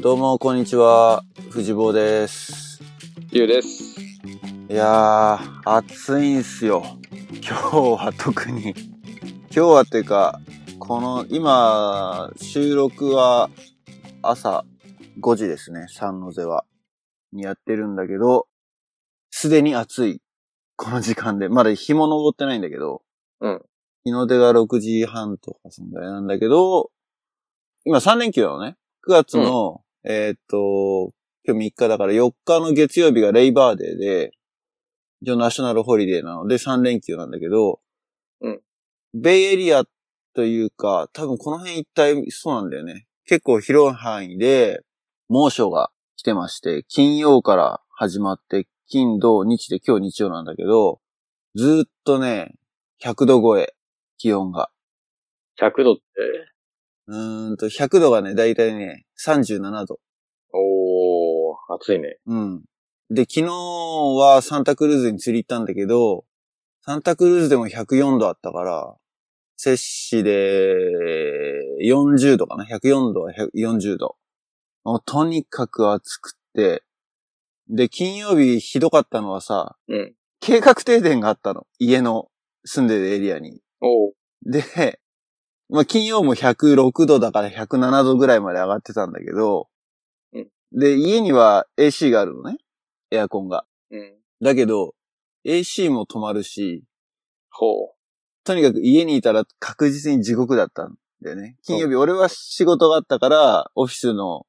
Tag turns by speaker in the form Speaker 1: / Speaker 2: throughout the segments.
Speaker 1: どうも、こんにちは。藤坊です。
Speaker 2: ゆうです。
Speaker 1: いやー、暑いんすよ。今日は特に。今日はっていうか、この、今、収録は朝5時ですね、三の瀬は。にやってるんだけど、すでに暑い。この時間で。まだ日も昇ってないんだけど。
Speaker 2: うん。
Speaker 1: 日の出が6時半とかそんぐらいなんだけど、今3連休なのね。9月の、えーっと、今日3日だから4日の月曜日がレイバーデーで、一応ナショナルホリデーなので3連休なんだけど、
Speaker 2: うん。
Speaker 1: ベイエリアというか、多分この辺一帯そうなんだよね。結構広い範囲で猛暑が来てまして、金曜から始まって、金、土、日で今日日曜なんだけど、ずーっとね、100度超え、気温が。
Speaker 2: 100度って、
Speaker 1: うーんと、100度がね、だいたいね、37度。
Speaker 2: おー、暑いね。
Speaker 1: うん。で、昨日はサンタクルーズに釣り行ったんだけど、サンタクルーズでも104度あったから、摂氏で40度かな ?104 度は140度。もうとにかく暑くって、で、金曜日ひどかったのはさ、
Speaker 2: うん
Speaker 1: 計画停電があったの。家の住んでるエリアに。
Speaker 2: おー。
Speaker 1: で、 まあ、金曜も106度だから107度ぐらいまで上がってたんだけど、
Speaker 2: うん
Speaker 1: で、家には AC があるのね。エアコンが。
Speaker 2: うん。
Speaker 1: だけど、AC も止まるし、
Speaker 2: ほう。
Speaker 1: とにかく家にいたら確実に地獄だったんだよね。金曜日、俺は仕事があったから、オフィスの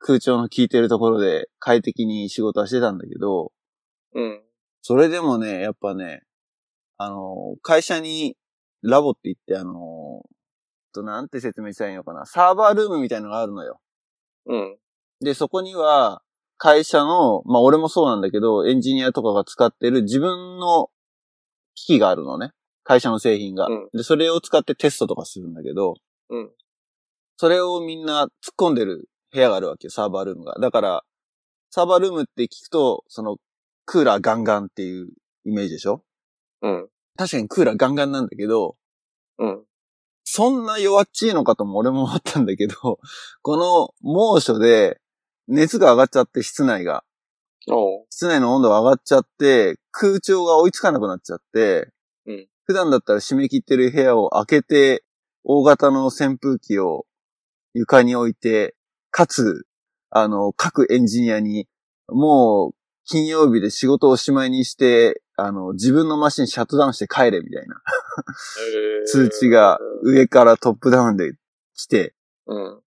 Speaker 1: 空調の効いてるところで快適に仕事はしてたんだけど、
Speaker 2: うん。
Speaker 1: それでもね、やっぱね、あの、会社にラボって言って、あの、と、なんて説明したらいいのかな。サーバールームみたいのがあるのよ。
Speaker 2: うん。
Speaker 1: で、そこには、会社の、まあ俺もそうなんだけど、エンジニアとかが使ってる自分の機器があるのね。会社の製品が。
Speaker 2: うん
Speaker 1: で、それを使ってテストとかするんだけど、
Speaker 2: うん
Speaker 1: それをみんな突っ込んでる部屋があるわけよ、サーバールームが。だから、サーバールームって聞くと、その、クーラーガンガンっていうイメージでしょ
Speaker 2: うん。
Speaker 1: 確かにクーラーガンガンなんだけど、
Speaker 2: うん。
Speaker 1: そんな弱っちいのかとも俺も思ったんだけど、この猛暑で熱が上がっちゃって室内が、
Speaker 2: おー。
Speaker 1: 室内の温度が上がっちゃって、空調が追いつかなくなっちゃって、
Speaker 2: うん
Speaker 1: 普段だったら締め切ってる部屋を開けて、大型の扇風機を床に置いて、かつ、あの、各エンジニアに、もう金曜日で仕事をおしまいにして、あの、自分のマシンシャットダウンして帰れみたいな。
Speaker 2: えー
Speaker 1: 通知が上からトップダウンで来て、
Speaker 2: うん。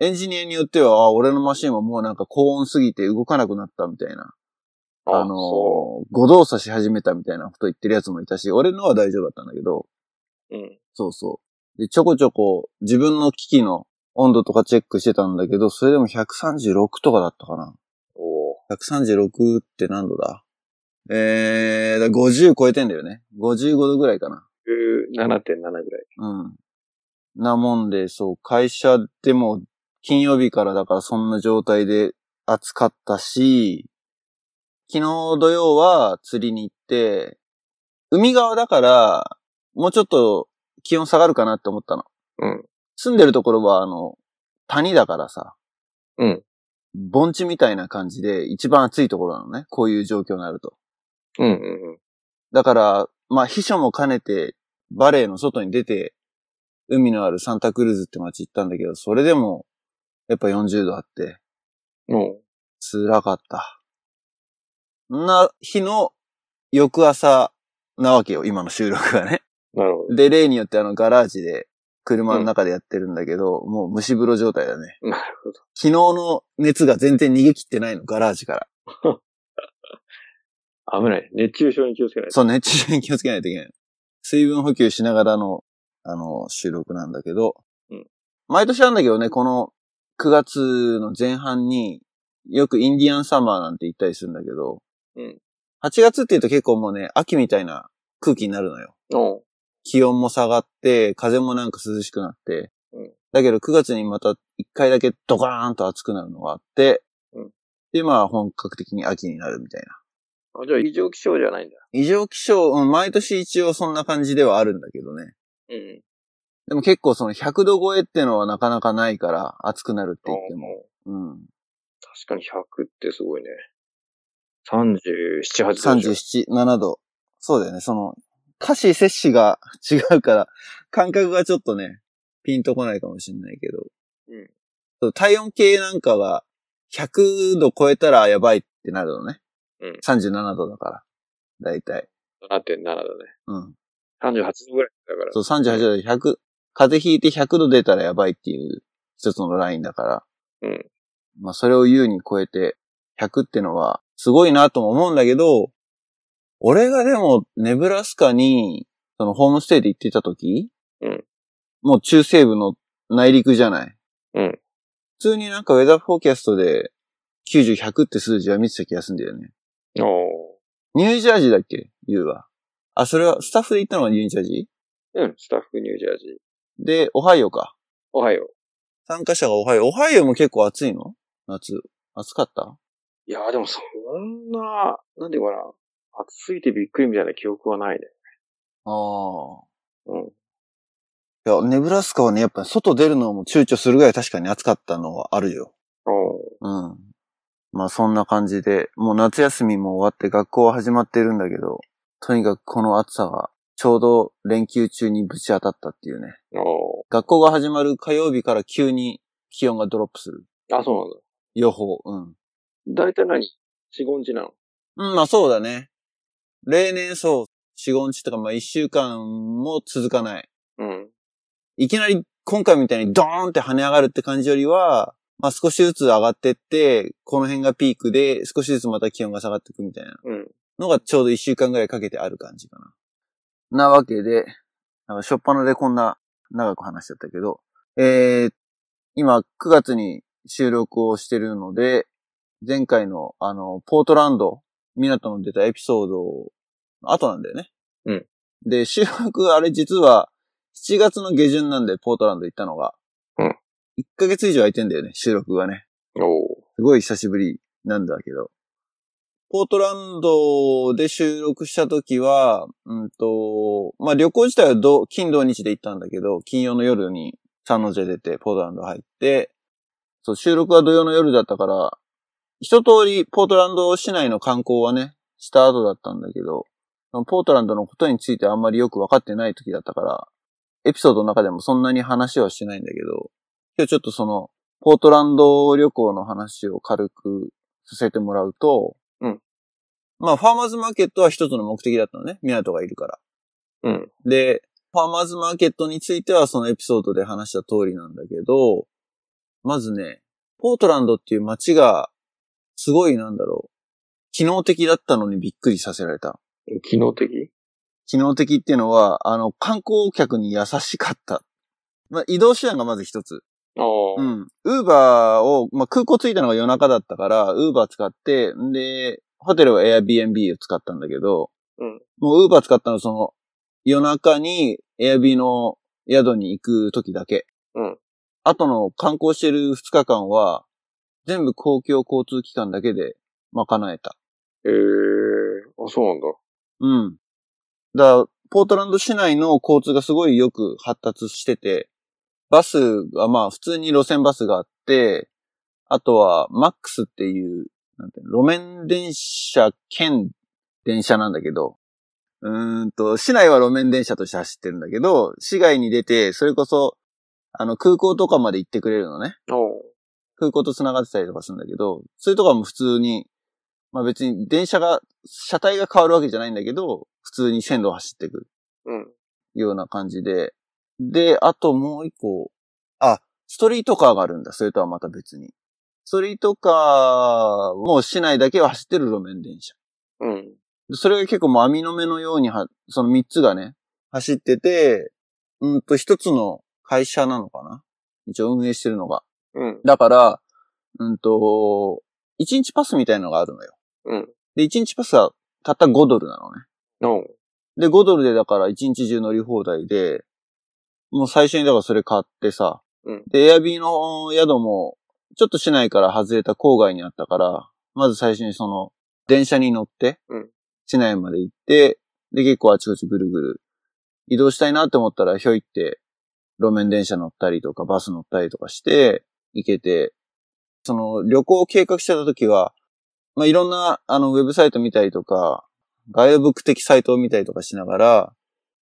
Speaker 1: エンジニアによっては、あ、俺のマシンはもうなんか高温すぎて動かなくなったみたいな。あのー
Speaker 2: そ
Speaker 1: 誤動作し始めたみたいなこと言ってるやつもいたし、俺のは大丈夫だったんだけど、
Speaker 2: う。うん。
Speaker 1: そうそう。で、ちょこちょこ自分の機器の温度とかチェックしてたんだけど、それでも136とかだったかな。
Speaker 2: おー。
Speaker 1: 136って何度だえー、だから50超えてんだよね。55度ぐらいかな。
Speaker 2: 7.7ぐらい。
Speaker 1: うん。なもんで、そう、会社でも金曜日からだからそんな状態で暑かったし、昨日土曜は釣りに行って、海側だから、もうちょっと気温下がるかなって思ったの。
Speaker 2: うん。
Speaker 1: 住んでるところは、あの、谷だからさ、
Speaker 2: うん。
Speaker 1: 盆地みたいな感じで一番暑いところなのね。こういう状況になると。
Speaker 2: うんうん
Speaker 1: だから、まあ、秘書も兼ねて、バレーの外に出て、海のあるサンタクルーズって街行ったんだけど、それでも、やっぱ40度あって、
Speaker 2: うん。おー。
Speaker 1: 辛かった。な、日の翌朝なわけよ、今の収録がね。
Speaker 2: なるほど。
Speaker 1: で、例によってあのガラージで、車の中でやってるんだけど、もう蒸し風呂状態だね。
Speaker 2: なるほど。
Speaker 1: 昨日の熱が全然逃げ切ってないの、ガラージから。
Speaker 2: 危ない。熱中症に気をつけないと。
Speaker 1: そう、 熱中症に気をつけないといけない。水分補給しながらの、あの、収録なんだけど、
Speaker 2: うん
Speaker 1: 毎年なんだけどね、この9月の前半によくインディアンサマーなんて言ったりするんだけど、
Speaker 2: うん
Speaker 1: 8月って言うと結構もうね、秋みたいな空気になるのよ。
Speaker 2: おー。
Speaker 1: 気温も下がって、風もなんか涼しくなって、
Speaker 2: うん
Speaker 1: だけど9月にまた1回だけドカーンと暑くなるのがあって、
Speaker 2: うん
Speaker 1: で、まあ本格的に秋になるみたいな。
Speaker 2: あじゃあ異常気象じゃないんだ。
Speaker 1: 異常気象、うん毎年一応そんな感じではあるんだけどね。
Speaker 2: うん。
Speaker 1: でも結構その100度超えってのはなかなかないから、暑くなるって言っても。
Speaker 2: おー
Speaker 1: うん。
Speaker 2: 確かに100ってすごいね。37、8度でしょ。
Speaker 1: 37、7度。そうだよね。その、歌詞、摂氏が 違うから、感覚がちょっとね、ピンとこないかもしれないけど。
Speaker 2: うん
Speaker 1: そう。体温計なんかは、100度超えたらやばいってなるのね。
Speaker 2: うん
Speaker 1: 37度だから。だいたい。
Speaker 2: 37度ね。
Speaker 1: うん。
Speaker 2: 38度ぐらいだから。
Speaker 1: そう、38度で100、風邪ひいて100度出たらやばいっていう一つのラインだか
Speaker 2: う
Speaker 1: ら。
Speaker 2: ん。
Speaker 1: まあ、それを優に超えて、100ってのは、すごいなとも思うんだけど、俺がでも、ネブラスカに、その、ホームステイで行ってた時
Speaker 2: うん
Speaker 1: もう中西部の内陸じゃない
Speaker 2: うん
Speaker 1: 普通になんかウェザーフォーキャストで、90、100って数字は見てた気がするんだよね。
Speaker 2: お
Speaker 1: ニュージャージーだっけ ?U は。あ、それは、スタッフで行ったのはニュージャージ
Speaker 2: ーうん、スタッフニュージャージー。
Speaker 1: ーで、オハイオか。
Speaker 2: おはよう。
Speaker 1: 参加者がオハイオ。オハイオも結構暑いの夏。暑かった
Speaker 2: いやーでもそんな、なんていうかな。暑すぎてびっくりみたいな記憶はないね。
Speaker 1: ああ。
Speaker 2: うん。
Speaker 1: いや、ネブラスカはね、やっぱ外出るのも躊躇するぐらい確かに暑かったのはあるよ。
Speaker 2: おー
Speaker 1: うん。まあそんな感じで、もう夏休みも終わって学校は始まってるんだけど、とにかくこの暑さがちょうど連休中にぶち当たったっていうね。
Speaker 2: お
Speaker 1: 学校が始まる火曜日から急に気温がドロップする。
Speaker 2: ーあ、そ
Speaker 1: 予報。うん。
Speaker 2: うなんだ。大体何四五日なの
Speaker 1: うん、まあそうだね。例年そう、四五日とか、まあ一週間も続かない。
Speaker 2: うん。
Speaker 1: いきなり今回みたいにドーンって跳ね上がるって感じよりは、まあ少しずつ上がってって、この辺がピークで少しずつまた気温が下がっていくみたいな
Speaker 2: うん。
Speaker 1: のがちょうど一週間ぐらいかけてある感じかな。なわけで、なんかしょっぱなでこんな長く話しちゃったけど、えー、今9月に収録をしてるので、前回のあの、ポートランド、港の出たエピソードの後なんだよね。
Speaker 2: うん。
Speaker 1: で、収録あれ実は7月の下旬なんでポートランド行ったのが。
Speaker 2: うん。
Speaker 1: 1ヶ月以上空いてんだよね、収録がね。
Speaker 2: お
Speaker 1: すごい久しぶりなんだけど。ポートランドで収録した時は、うんと、まあ、旅行自体はど金土日で行ったんだけど、金曜の夜にサンノジェ出てポートランド入って、そう、収録は土曜の夜だったから、一通りポートランド市内の観光はね、した後だったんだけど、ポートランドのことについてあんまりよくわかってない時だったから、エピソードの中でもそんなに話はしてないんだけど、今日ちょっとその、ポートランド旅行の話を軽くさせてもらうと、
Speaker 2: うん
Speaker 1: まあ、ファーマーズマーケットは一つの目的だったのね。港がいるから。
Speaker 2: うん。
Speaker 1: で、ファーマーズマーケットについてはそのエピソードで話した通りなんだけど、まずね、ポートランドっていう街が、すごいなんだろう。機能的だったのにびっくりさせられた。
Speaker 2: 機能的
Speaker 1: 機能的っていうのは、あの、観光客に優しかった。まあ、移動手段がまず一つ。
Speaker 2: お
Speaker 1: う
Speaker 2: ー
Speaker 1: ん。ウーバーを、まあ、空港着いたのが夜中だったから、ウーバー使って、んで、ホテルは Airbnb を使ったんだけど、
Speaker 2: うん
Speaker 1: もうウーバー使ったのその、夜中に Airb の宿に行く時だけ。
Speaker 2: うん。
Speaker 1: あとの観光してる2日間は、全部公共交通機関だけで賄えた。
Speaker 2: えー、あ、そうなんだ。
Speaker 1: うん。だからポートランド市内の交通がすごいよく発達してて、バスが、まあ普通に路線バスがあって、あとはマックスっていう、なんていうの路面電車兼電車なんだけど、うーんと、市内は路面電車として走ってるんだけど、市外に出て、それこそ、あの空港とかまで行ってくれるのね。
Speaker 2: おー
Speaker 1: 空港と繋がってたりとかするんだけど、それとかも普通に、まあ別に電車が、車体が変わるわけじゃないんだけど、普通に線路を走ってくる
Speaker 2: うん。
Speaker 1: ような感じで。で、あともう一個、あ、ストリートカーがあるんだ。それとはまた別に。ストリートカーも市内だけは走ってる路面電車。
Speaker 2: うん。
Speaker 1: でそれが結構もう網の目のようには、その三つがね、走ってて、うんと一つの会社なのかな一応運営してるのが。
Speaker 2: うん。
Speaker 1: だから、うんと、1日パスみたいなのがあるのよ。
Speaker 2: うん。
Speaker 1: で、1日パスはたった5ドルなの
Speaker 2: お
Speaker 1: ね。
Speaker 2: ー
Speaker 1: で、5ドルでだから1日中乗り放題で、もう最初にだからそれ買ってさ、
Speaker 2: うん
Speaker 1: で、エアビーの宿も、ちょっと市内から外れた郊外にあったから、まず最初にその、電車に乗って
Speaker 2: うん、
Speaker 1: 市内まで行って、で、結構あちこちぐるぐる、移動したいなって思ったら、ひょいって、路面電車乗ったりとか、バス乗ったりとかして、行けて、その旅行を計画してた時は、まあ、いろんな、あの、ウェブサイト見たりとか、ガイドブック的サイトを見たりとかしながら、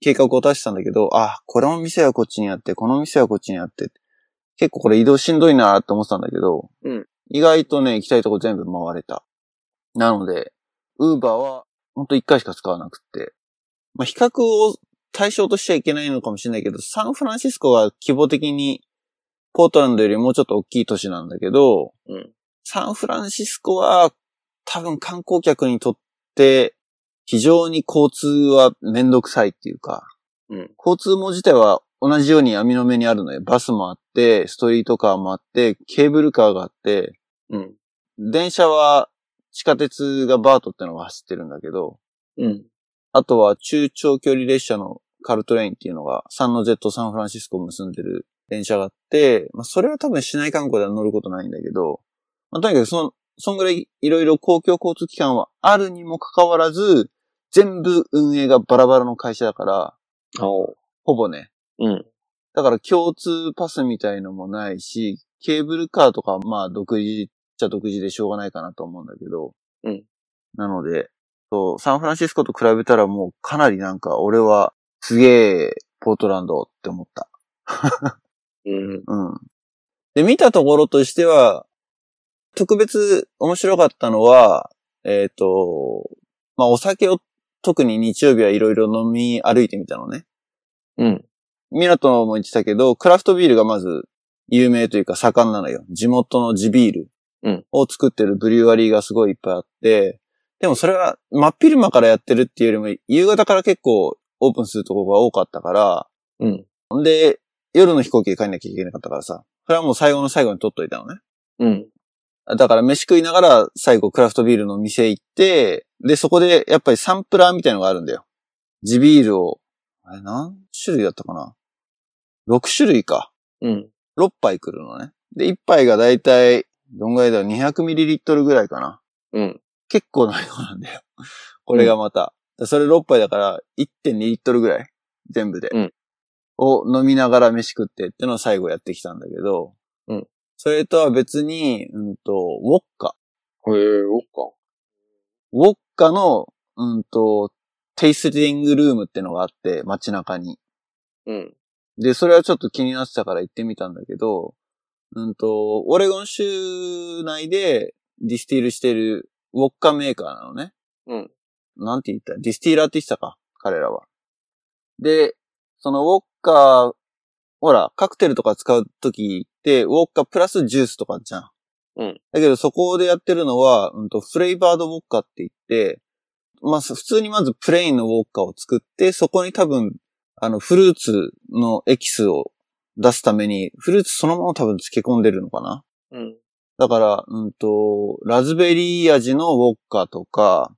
Speaker 1: 計画を出してたんだけど、あ、この店はこっちにあって、この店はこっちにあって、結構これ移動しんどいなって思ってたんだけど、
Speaker 2: うん
Speaker 1: 意外とね、行きたいとこ全部回れた。なので、ウーバーは、ほんと一回しか使わなくって。まあ、比較を対象としちゃいけないのかもしれないけど、サンフランシスコは規模的に、ポートランドよりもうちょっと大きい都市なんだけど、
Speaker 2: うん
Speaker 1: サンフランシスコは、多分観光客にとって、非常に交通はめんどくさいっていうか、
Speaker 2: うん。
Speaker 1: 交通網自体は同じように網の目にあるのよ。バスもあって、ストリートカーもあって、ケーブルカーがあって、
Speaker 2: うん。
Speaker 1: 電車は地下鉄がバートってのが走ってるんだけど、
Speaker 2: うん。
Speaker 1: あとは中長距離列車のカルトレインっていうのがサンノゼットサンフランシスコを結んでる電車があって、まあそれは多分市内観光では乗ることないんだけど、まあとにかくその、そんぐらいいろいろ公共交通機関はあるにもかかわらず、全部運営がバラバラの会社だから、
Speaker 2: おう。
Speaker 1: ほぼね、
Speaker 2: うん。
Speaker 1: だから共通パスみたいのもないし、ケーブルカーとかはまあ独自っちゃ独自でしょうがないかなと思うんだけど。
Speaker 2: うん
Speaker 1: なので、そう、サンフランシスコと比べたらもうかなりなんか俺はすげえポートランドって思った。
Speaker 2: うん。
Speaker 1: うん。で、見たところとしては、特別面白かったのは、えっ、と、まあお酒を特に日曜日はいろいろ飲み歩いてみたのね。
Speaker 2: うん。
Speaker 1: ミラトも言ってたけど、クラフトビールがまず有名というか盛んなのよ。地元の地ビー
Speaker 2: うん
Speaker 1: ルを作ってるブリュワリーがすごいいっぱいあって、でもそれは真っ昼間からやってるっていうよりも夕方から結構オープンするところが多かったから、
Speaker 2: うん。
Speaker 1: んで、夜の飛行機で帰んなきゃいけなかったからさ、それはもう最後の最後に取っといたのね。
Speaker 2: うん。
Speaker 1: だから飯食いながら最後クラフトビールの店行って、で、そこでやっぱりサンプラーみたいのがあるんだよ。地ビールを、あれ何種類だったかな ?6 種類か。
Speaker 2: うん。
Speaker 1: 6杯来るのね。で、1杯がだいたい、どんぐらいだろう ?200ml ぐらいかな。
Speaker 2: うん。
Speaker 1: 結構な量なんだよ。これがまた。それ6杯だから1.2リットルぐらい全部で。
Speaker 2: うん
Speaker 1: を飲みながら飯食ってってのを最後やってきたんだけど。
Speaker 2: うん
Speaker 1: それとは別に、うんと、ウォッカ。
Speaker 2: へえ、おっか。
Speaker 1: ウォッカの、うんと、テイスティングルームってのがあって、街中に。
Speaker 2: うん。
Speaker 1: で、それはちょっと気になってたから行ってみたんだけど、うんと、オレゴン州内でディスティールしてるウォッカメーカーなのね。
Speaker 2: うん。
Speaker 1: なんて言ったディスティーラーって言ってたか彼らは。で、そのウォッカ、ほら、カクテルとか使うときって、ウォッカプラスジュースとかじゃん。
Speaker 2: うん。
Speaker 1: だけどそこでやってるのは、うんと、フレイバードウォッカって言って、まあ、普通にまずプレインのウォッカを作って、そこに多分あの、フルーツのエキスを出すために、フルーツそのまま多分漬け込んでるのかな
Speaker 2: うん。
Speaker 1: だから、うんと、ラズベリー味のウォッカとか、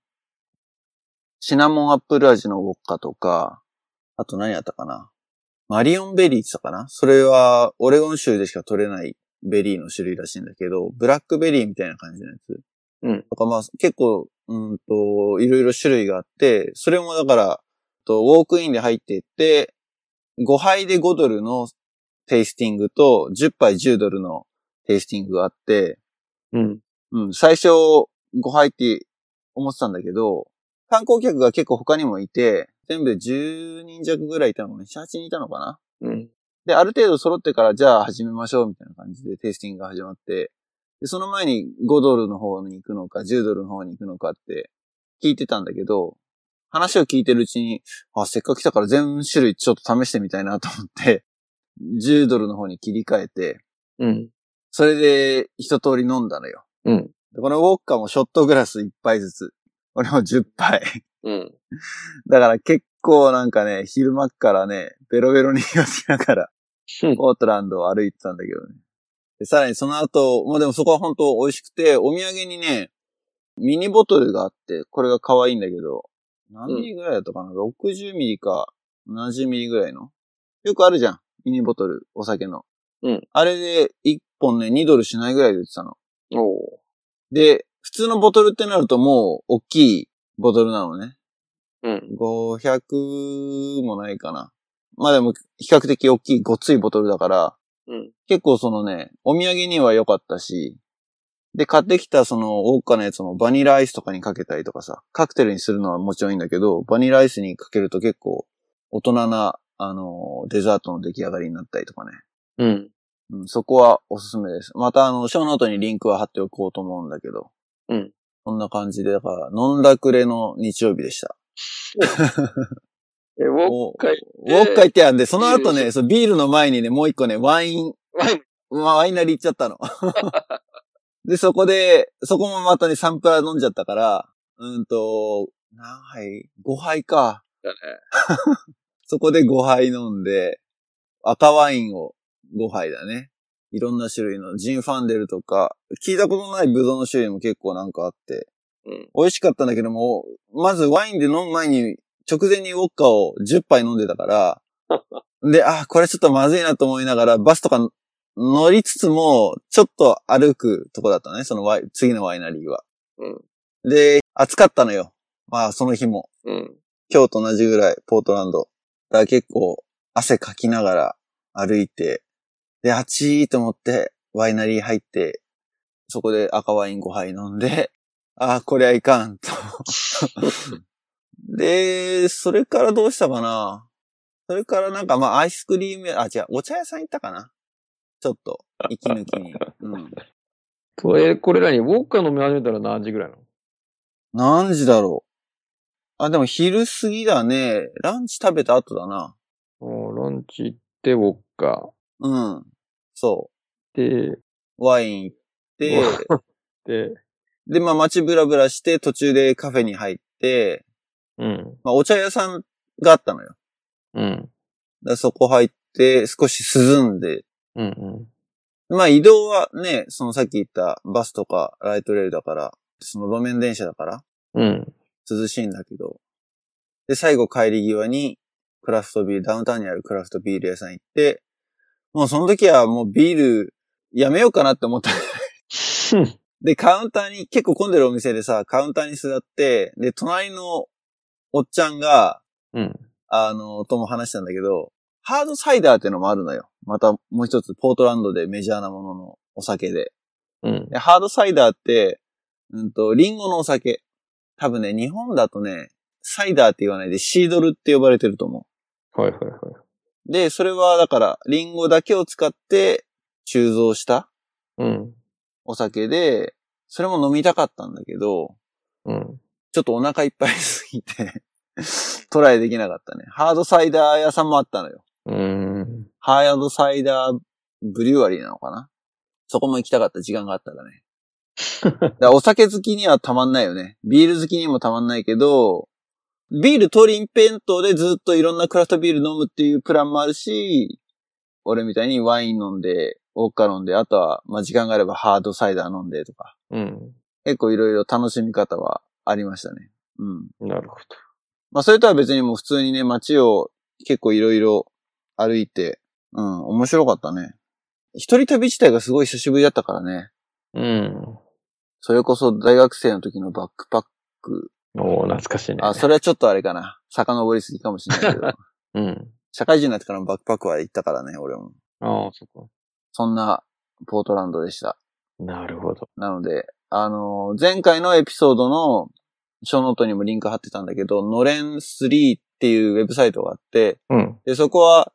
Speaker 1: シナモンアップル味のウォッカとか、あと何やったかなマリオンベリーって言ったかなそれは、オレゴン州でしか取れないベリーの種類らしいんだけど、ブラックベリーみたいな感じのやつ。
Speaker 2: うん
Speaker 1: とか、まあ、結構、うんと、いろいろ種類があって、それもだから、とウォークインで入っていって、5杯で5ドルのテイスティングと、10杯10ドルのテイスティングがあって、
Speaker 2: うん。
Speaker 1: うん、最初5杯って思ってたんだけど、観光客が結構他にもいて、全部で10人弱ぐらいいたのね、7、8人いたのかな
Speaker 2: うん。
Speaker 1: で、ある程度揃ってから、じゃあ始めましょう、みたいな感じでテイスティングが始まって、で、その前に5ドルの方に行くのか、10ドルの方に行くのかって聞いてたんだけど、話を聞いてるうちに、あ、せっかく来たから全種類ちょっと試してみたいなと思って、10ドルの方に切り替えて、
Speaker 2: うん。
Speaker 1: それで一通り飲んだのよ。
Speaker 2: うん。
Speaker 1: でこのウォッカもショットグラス1杯ずつ。俺も10杯。
Speaker 2: うん。
Speaker 1: だから結構なんかね、昼間っからね、ベロベロに酔いながら、 ポートランドを歩いてたんだけどね。でさらにその後、まあでもそこは本当美味しくて、お土産にね、ミニボトルがあって、これが可愛いんだけど、何ミリぐらいだったかな、?60 ミリか70ミリぐらいのよくあるじゃん。ミニボトル、お酒の。
Speaker 2: うん
Speaker 1: あれで1本ね、2ドルしないぐらいで売ってたの。
Speaker 2: おう。
Speaker 1: で、普通のボトルってなるともう大きいボトルなのね。
Speaker 2: うん。
Speaker 1: 500もないかな。まあでも、比較的大きいごついボトルだから、
Speaker 2: うん。
Speaker 1: 結構そのね、お土産には良かったし、で、買ってきたその大っかなやつもバニラアイスとかにかけたりとかさ、カクテルにするのはもちろんいいんだけど、バニラアイスにかけると結構大人な、あの、デザートの出来上がりになったりとかね。
Speaker 2: うん。
Speaker 1: うん、そこはおすすめです。また、あの、ショーノートにリンクは貼っておこうと思うんだけど。
Speaker 2: うん。
Speaker 1: こんな感じで、だから、飲んだくれの日曜日でした。
Speaker 2: え、ウォッカ、
Speaker 1: ウォッカ行ってやんで、その後ね、そうビールの前にね、もう一個ね、ワイン、
Speaker 2: ワイン
Speaker 1: まあ、ワイナリー行っちゃったの。で、そこで、そこもまたね、サンプラ飲んじゃったから、うんと、何杯 ?5 杯か。
Speaker 2: だね。
Speaker 1: そこで5杯飲んで、赤ワインを5杯だね。いろんな種類のジンファンデルとか、聞いたことのないブドウの種類も結構なんかあって、
Speaker 2: うん。
Speaker 1: 美味しかったんだけども、まずワインで飲む前に、直前にウォッカを10杯飲んでた から、で、あ、これちょっとまずいなと思いながら、バスとか乗りつつも、ちょっと歩くとこだったね、そのワイ次のワイナリーは。
Speaker 2: うん。
Speaker 1: で、暑かったのよ。まあ、その日も。
Speaker 2: うん。
Speaker 1: 今日と同じぐらい、ポートランド。だから結構、汗かきながら歩いて、で、あちーと思って、ワイナリー入って、そこで赤ワイン5杯飲んで、 ああ、こりゃいかん、と。で、それからどうしたかなそれからなんか、まあ、アイスクリーム屋、あ、違う、お茶屋さん行ったかなちょっと、息抜きに。うん。
Speaker 2: これ、これ何ウォッカ飲み始めたら何時ぐらいなの
Speaker 1: 何時だろう。あ、でも昼過ぎだね。ランチ食べた後だな。
Speaker 2: もう、ランチ行って、ウォッカ
Speaker 1: うん。そう。
Speaker 2: で、
Speaker 1: ワイン行って、
Speaker 2: で、
Speaker 1: で、まあ街ブラブラして、途中でカフェに入って、
Speaker 2: うん。
Speaker 1: まあお茶屋さんがあったのよ。だか
Speaker 2: うん。
Speaker 1: らそこ入って、少し涼んで、
Speaker 2: うん。うん。
Speaker 1: まあ移動はね、そのさっき言ったバスとかライトレールだから、その路面電車だから
Speaker 2: うん。
Speaker 1: 涼しいんだけど、で、最後帰り際にクラフトビール、ダウンタウンにあるクラフトビール屋さん行って、もうその時はもうビールやめようかなって思ったで、カウンターに、結構混んでるお店でさ、カウンターに座って、で、隣のおっちゃんが、
Speaker 2: うん。
Speaker 1: あの、とも話したんだけど、ハードサイダーっていうのもあるのよ。またもう一つ、ポートランドでメジャーなもののお酒で。
Speaker 2: うん。
Speaker 1: で、ハードサイダーって、うんと、リンゴのお酒。多分ね、日本だとね、サイダーって言わないで、シードルって呼ばれてると思
Speaker 2: はいはいはい。
Speaker 1: う。で、それはだから、リンゴだけを使って、鋳造した
Speaker 2: うん。
Speaker 1: お酒で、それも飲みたかったんだけど、
Speaker 2: うん。
Speaker 1: ちょっとお腹いっぱいすぎて、 トライできなかったね。ハードサイダー屋さんもあったのよ。
Speaker 2: うん。
Speaker 1: ハードサイダーブリュワリーなのかなそこも行きたかった時間があったらね。だからお酒好きにはたまんないよね。ビール好きにもたまんないけど、ビールとリンペントでずっといろんなクラフトビール飲むっていうプランもあるし、俺みたいにワイン飲んで、ウォッカ飲んで、あとは、まあ、時間があればハードサイダー飲んでとか、
Speaker 2: うん。
Speaker 1: 結構いろいろ楽しみ方はありましたね。うん。
Speaker 2: なるほど。
Speaker 1: まあ、それとは別にもう普通にね、街を結構いろいろ歩いて、うん、面白かったね。一人旅自体がすごい久しぶりだったからね。
Speaker 2: うん。
Speaker 1: それこそ大学生の時のバックパック。
Speaker 2: おー、懐かしいね。
Speaker 1: あ、それはちょっとあれかな。遡りすぎかもしれないけど。
Speaker 2: うん。
Speaker 1: 社会人になってからもバックパックは行ったからね、俺も。
Speaker 2: ああ、そこ。
Speaker 1: そんなポートランドでした。
Speaker 2: なるほど。
Speaker 1: なので、あのー前回のエピソードの書ノートにもリンク貼ってたんだけど、のれん3っていうウェブサイトがあって、
Speaker 2: うん。
Speaker 1: で、そこは、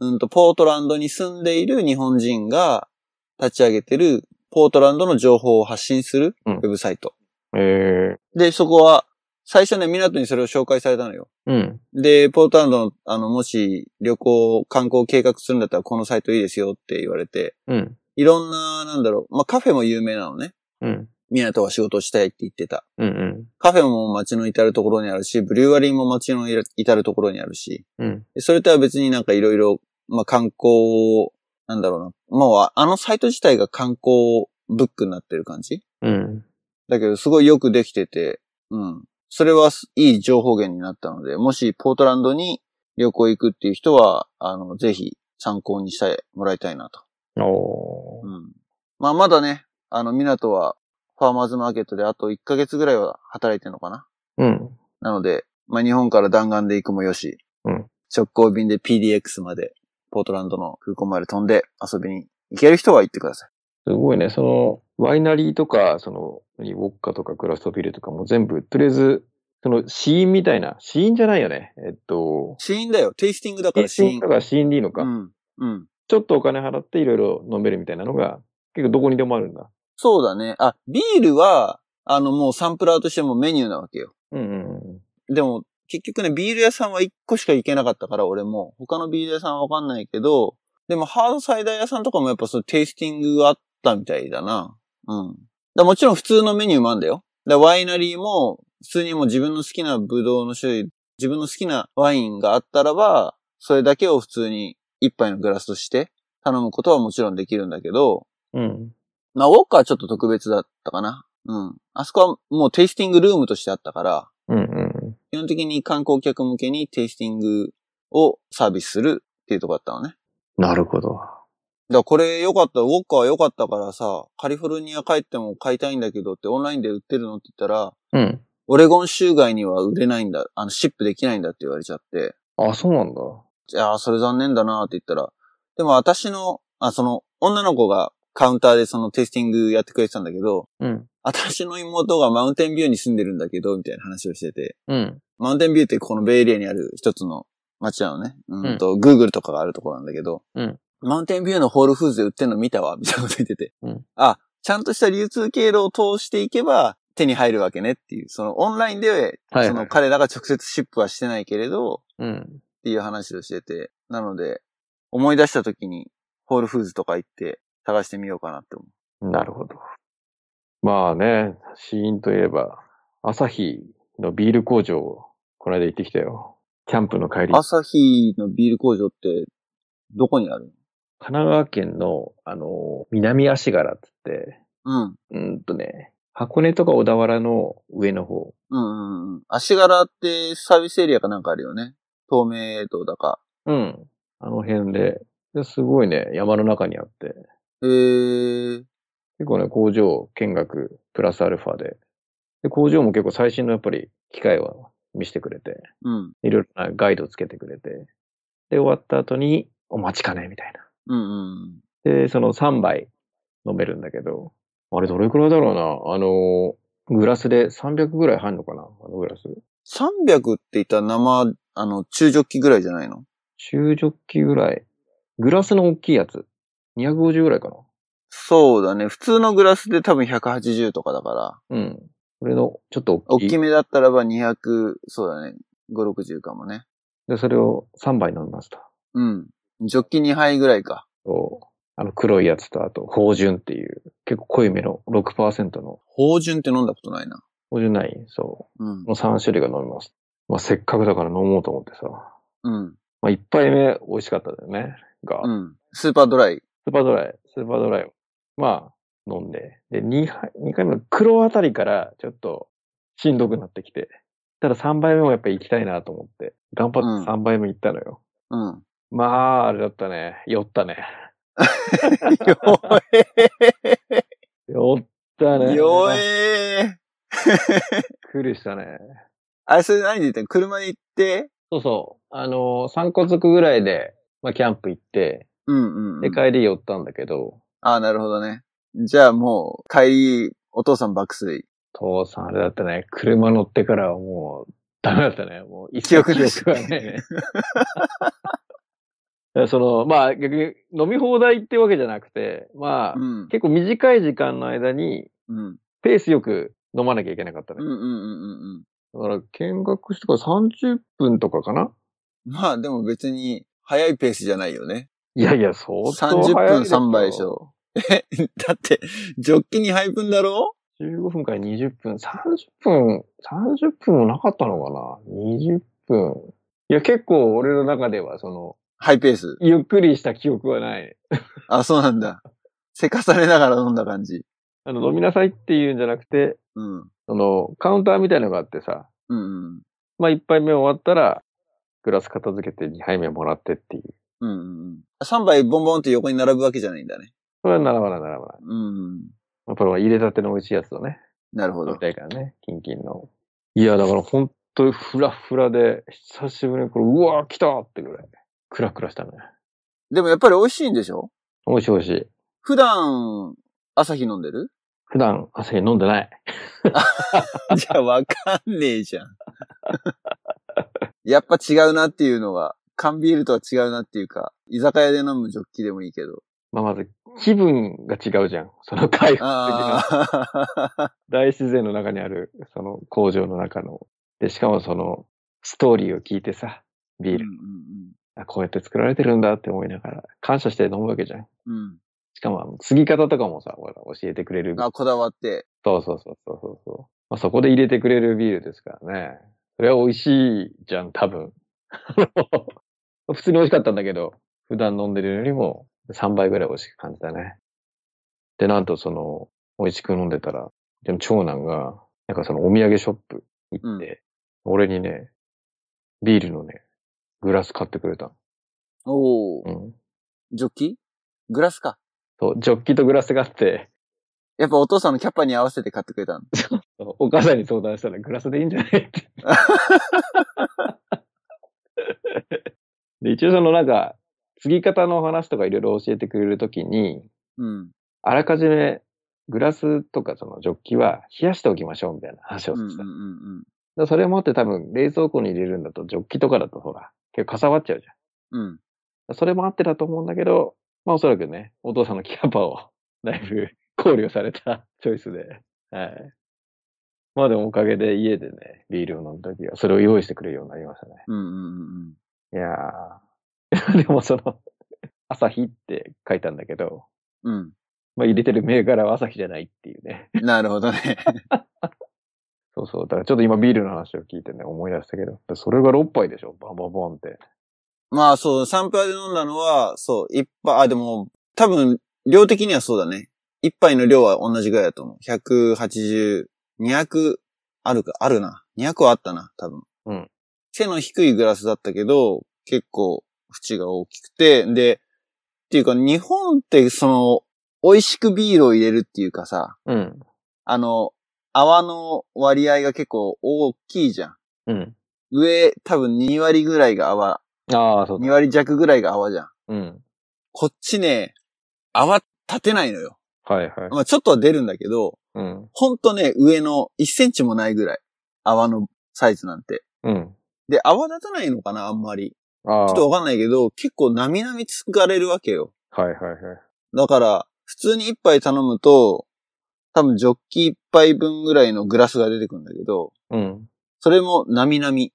Speaker 1: うんと、ポートランドに住んでいる日本人が立ち上げてる、ポートランドの情報を発信するウ
Speaker 2: うん
Speaker 1: ェブサイト。
Speaker 2: ええ
Speaker 1: で、そこは、最初ね、港にそれを紹介されたのよ。
Speaker 2: うん。
Speaker 1: で、ポートランドの、あの、もし旅行、観光を計画するんだったらこのサイトいいですよって言われて、
Speaker 2: うん。
Speaker 1: いろんな、なんだろう、まあ、カフェも有名なのね。
Speaker 2: うん。
Speaker 1: 港は仕事をしたいって言ってた。
Speaker 2: うん。うん。
Speaker 1: カフェも街の至るところにあるし、ブリュワリーも街の至るところにあるし、
Speaker 2: うん。
Speaker 1: でそれとは別になんかいろいろ、まあ、観光を、なんだろうな。もう、あのサイト自体が観光ブックになってる感じ
Speaker 2: うん。
Speaker 1: だけど、すごいよくできてて、うん。それはすいい情報源になったので、もしポートランドに旅行行くっていう人は、あの、ぜひ参考にしてもらいたいなと。
Speaker 2: おー。
Speaker 1: うん。まあ、まだね、あの、港は、ファーマーズマーケットであと1ヶ月ぐらいは働いてるのかな
Speaker 2: うん。
Speaker 1: なので、まあ、日本から弾丸で行くもよし、
Speaker 2: うん
Speaker 1: 直行便で PDX まで、ポートランドの空港まで飛んで遊びに行ける人は行ってください。
Speaker 3: すごいね。その、ワイナリーとか、その、何ウォッカとかクラフトビールとかも全部、とりあえず、その、死因みたいな、死因じゃないよね。えっと、
Speaker 1: 死因だよ。テイスティングだから死
Speaker 3: 死因
Speaker 1: 因
Speaker 3: と。か死因でいいのか。
Speaker 1: うん。うん。
Speaker 3: ちょっとお金払っていろいろ飲めるみたいなのが、結構どこにでもあるんだ。
Speaker 1: そうだね。あ、ビールは、あのもうサンプラーとしてもメニューなわけよ。
Speaker 3: うんうんうん。
Speaker 1: でも、結局ね、ビール屋さんは1個しか行けなかったから、俺も。他のビール屋さんはわかんないけど、でもハードサイダー屋さんとかもやっぱそうテイスティングがあったみたいだな。うん。だからもちろん普通のメニューもあるんだよ。だからワイナリーも、普通にもう自分の好きなブドウの種類、自分の好きなワインがあったらば、それだけを普通に一杯のグラスとして頼むことはもちろんできるんだけど、
Speaker 3: うん。
Speaker 1: まあ、ウォッカはちょっと特別だったかな。うん。あそこはもうテイスティングルームとしてあったから、
Speaker 3: うんうん。
Speaker 1: 基本的に観光客向けにテイスティングをサービスするっていうとこだったのね。
Speaker 3: なるほど。
Speaker 1: だからこれ良かった、ウォッカは良かったからさ、カリフォルニア帰っても買いたいんだけどってオンラインで売ってるのって言ったら、
Speaker 3: うん。
Speaker 1: オレゴン州外には売れないんだ、あの、シップできないんだって言われちゃって、
Speaker 3: あ、そうなんだ。
Speaker 1: じゃあ、それ残念だなって言ったら、でも私の、あ、その、女の子がカウンターでそのテイスティングやってくれてたんだけど、
Speaker 3: うん。
Speaker 1: 私の妹がマウンテンビューに住んでるんだけど、みたいな話をしてて、
Speaker 3: うん。
Speaker 1: マウンテンビューってこのベイエリアにある一つの街なのね。うんと、Google とかがあるところなんだけど、
Speaker 3: うん
Speaker 1: マウンテンビューのホールフーズで売ってるの見たわ、みたいなこと言ってて。
Speaker 3: うん
Speaker 1: あ、ちゃんとした流通経路を通していけば手に入るわけねっていう、そのオンラインで、
Speaker 3: はいはい
Speaker 1: その彼らが直接シップはしてないけれど、
Speaker 3: うん。
Speaker 1: っていう話をしてて、なので、思い出した時にホールフーズとか行って探してみようかなって思う。
Speaker 3: なるほど。まあね、死因といえば、朝日のビール工場、この間行ってきたよ。キャンプの帰り。神
Speaker 1: 朝日のビール工場って、どこにある
Speaker 3: 奈川県の、あの、南足柄って言って、
Speaker 1: うん。
Speaker 3: うーんとね、箱根とか小田原の上の方。
Speaker 1: うんうんうん。足柄ってサービスエリアかなんかあるよね。透明度だか。
Speaker 3: うん。あの辺で。ですごいね、山の中にあって。
Speaker 1: へえ。
Speaker 3: 結構ね、工場見学プラスアルファで。で、工場も結構最新のやっぱり機械は見せてくれて、
Speaker 1: うん。
Speaker 3: いろいろなガイドつけてくれて。で、終わった後に、お待ちかねみたい
Speaker 1: うんうん。
Speaker 3: な。で、その3杯飲めるんだけど、あれどれくらいだろうな。あの、グラスで300ぐらい入んのかなあのグラス。
Speaker 1: 300って言ったら生、あの、中ジョッキぐらいじゃないの
Speaker 3: 中ジョッキぐらい。グラスの大きいやつ。250ぐらいかな。
Speaker 1: そうだね。普通のグラスで多分180とかだから、
Speaker 3: うん。これの、ちょっと大
Speaker 1: 大
Speaker 3: きい。
Speaker 1: きめだったらば200、そうだね。5、60かもね。
Speaker 3: で、それを3杯飲みました。
Speaker 1: うん。ジョッキ2杯ぐらいか。
Speaker 3: と、あの黒いやつと、あと、芳醇っていう、結構濃いめの6%の、
Speaker 1: 芳醇って飲んだことないな。
Speaker 3: 芳醇ないそ
Speaker 1: うん
Speaker 3: う。こ。の3種類が飲みます。まあ、せっかくだから飲もうと思ってさ。ま
Speaker 1: うん。
Speaker 3: あ、1杯目美味しかったんだよね。が、
Speaker 1: うん。スーパードライ。
Speaker 3: スーパードライ、スーパードライを。まあ、飲んで。で、2杯、二回目の黒あたりから、ちょっと、しんどくなってきて。ただ3杯目もやっぱり行きたいなと思って、頑張って3杯目行ったのよ。
Speaker 1: うん。
Speaker 3: まあ、あれだったね。酔ったね。
Speaker 1: 弱え
Speaker 3: 酔ったね。
Speaker 1: 弱
Speaker 3: びっ
Speaker 1: え
Speaker 3: くりしたね。
Speaker 1: あれ、それ何で言ったの車で行って
Speaker 3: そうそう。あのー、3個族ぐらいで、まあ、キャンプ行って、
Speaker 1: うんうん、う
Speaker 3: で、
Speaker 1: ん。
Speaker 3: 帰り寄ったんだけど、
Speaker 1: ああ、なるほどね。じゃあもう、帰り、お父さん爆睡。
Speaker 3: 父さんあれだったね。車乗ってからはもう、ダメだったね。もう、
Speaker 1: 記憶な
Speaker 3: で
Speaker 1: し
Speaker 3: すね。ね いやその、まあ、逆に飲み放題ってわけじゃなくて、まあ、
Speaker 1: うん。
Speaker 3: 結構短い時間の間に、
Speaker 1: うん。
Speaker 3: ペースよく飲まなきゃいけなかった
Speaker 1: うんう
Speaker 3: ね。
Speaker 1: んうんうんうん。
Speaker 3: だから、見学してから30分とかかな
Speaker 1: まあでも別に、早いペースじゃないよね。
Speaker 3: いやいや、相当
Speaker 1: 30
Speaker 3: 早い
Speaker 1: 分
Speaker 3: ですよ
Speaker 1: 3杯でしょ。だって、ジョッキ2杯分だろ
Speaker 3: 15分から20分、30分、30分もなかったのかな ?20 分。いや、結構俺の中では、その、
Speaker 1: ハイペース。
Speaker 3: ゆっくりした記憶はない。
Speaker 1: あ、そうなんだ。せかされながら飲んだ感じ。
Speaker 3: あの、飲みなさいっていうんじゃなくて、
Speaker 1: うん。うん
Speaker 3: その、カウンターみたいのがあってさ、
Speaker 1: うん。
Speaker 3: まあ、1杯目終わったら、グラス片付けて2杯目もらってっていう。
Speaker 1: うんうんうん。3杯ボンボンって横に並ぶわけじゃないんだね。
Speaker 3: それは並ばない、並ばない。
Speaker 1: うんうん。
Speaker 3: やっぱり入れたての美味しいやつをね、
Speaker 1: なるほ
Speaker 3: 飲み
Speaker 1: ど。
Speaker 3: たいからね、キンキンの。いや、だから本当にフラフラで、久しぶりにこれ、うわー来たってぐらい、クラクラしたね。
Speaker 1: でもやっぱり美味しいんでしょ
Speaker 3: 美味しい美味しい。
Speaker 1: 普段朝日飲んでる
Speaker 3: 普段朝日飲んでない。
Speaker 1: じゃあわかんねえじゃん。やっぱ違うなっていうのは、缶ビールとは違うなっていうか、居酒屋で飲むジョッキでもいいけど。
Speaker 3: まあ、まず気分が違うじゃん。その開放的な。
Speaker 1: ああ。
Speaker 3: 大自然の中にある、その工場の中の。で、しかもその、ストーリーを聞いてさ、ビール、あこうやって作られてるんだって思いながら、感謝して飲むわけじゃん。
Speaker 1: うんうん。
Speaker 3: しかもあの、継ぎ方とかもさ、ほら教えてくれる
Speaker 1: うん。。あ、こだわって。
Speaker 3: そうそうそうそうそうそう。まあ、そこで入れてくれるビールですからね。それは美味しいじゃん、多分。 普通に美味しかったんだけど、普段飲んでるよりも3倍ぐらい美味しく感じたね。で、なんとその、美味しく飲んでたら、でも長男が、なんかそのお土産ショップ行って、俺にね、ビールのね、グラス買ってくれた
Speaker 1: おお。
Speaker 3: の。うん。
Speaker 1: ジョッキグラスか。
Speaker 3: そう、ジョッキとグラスがあって、
Speaker 1: やっぱお父さんのキャパに合わせて買ってくれたの。
Speaker 3: お母さんに相談したらグラスでいいんじゃないって。で、一応そのなんか、継ぎ方の話とかいろいろ教えてくれるときに、
Speaker 1: うん。
Speaker 3: あらかじめグラスとかそのジョッキは冷やしておきましょうみたいな話を
Speaker 1: うんうん
Speaker 3: し
Speaker 1: うん
Speaker 3: た。
Speaker 1: うん。
Speaker 3: でそれを持って多分冷蔵庫に入れるんだとジョッキとかだとほら、結構かさばっちゃうじ
Speaker 1: うん。
Speaker 3: ゃん。それもあってだと思うんだけど、まあおそらくね、お父さんのキャパを だいぶ考慮された チョイスで。はい。まあでもおかげで家でね、ビールを飲むときはそれを用意してくれるようになりましたね。
Speaker 1: うんうんうん
Speaker 3: いやー。 でもその、朝日って書いたんだけど、
Speaker 1: うん。
Speaker 3: まあ入れてる銘柄は朝日じゃないっていうね。
Speaker 1: うん。なるほどね。
Speaker 3: そうそう。だからちょっと今ビールの話を聞いてね、思い出したけど。それが6杯でしょバンバンバンって。
Speaker 1: まあそう、サンプラで飲んだのは、そう、一杯、あ、でも、多分、量的にはそうだね。一杯の量は同じぐらいだと思う。180、200、あるか、あるな。200はあったな、多分。
Speaker 3: うん。
Speaker 1: 背の低いグラスだったけど、結構、縁が大きくて、で、っていうか、日本って、その、美味しくビールを入れるっていうかさ、
Speaker 3: うん。
Speaker 1: あの、泡の割合が結構大きいじゃん。
Speaker 3: うん。
Speaker 1: 上、多分2割ぐらいが泡、
Speaker 3: ああ、そう
Speaker 1: 2
Speaker 3: だ。
Speaker 1: 割弱ぐらいが泡じゃん。
Speaker 3: うん。
Speaker 1: こっちね、泡立てないのよ。
Speaker 3: はいはい。
Speaker 1: まあちょっとは出るんだけど、
Speaker 3: うん。
Speaker 1: ほんとね、上の1センチもないぐらい。泡のサイズなんて。
Speaker 3: うん。
Speaker 1: で、泡立たないのかな、あんまり。
Speaker 3: ああ。
Speaker 1: ちょっとわかんないけど、結構なみなみつかれるわけよ。
Speaker 3: はいはいはい。
Speaker 1: だから、普通に1杯頼むと、多分ジョッキ1杯分ぐらいのグラスが出てくるんだけど、
Speaker 3: うん。
Speaker 1: それもなみなみ。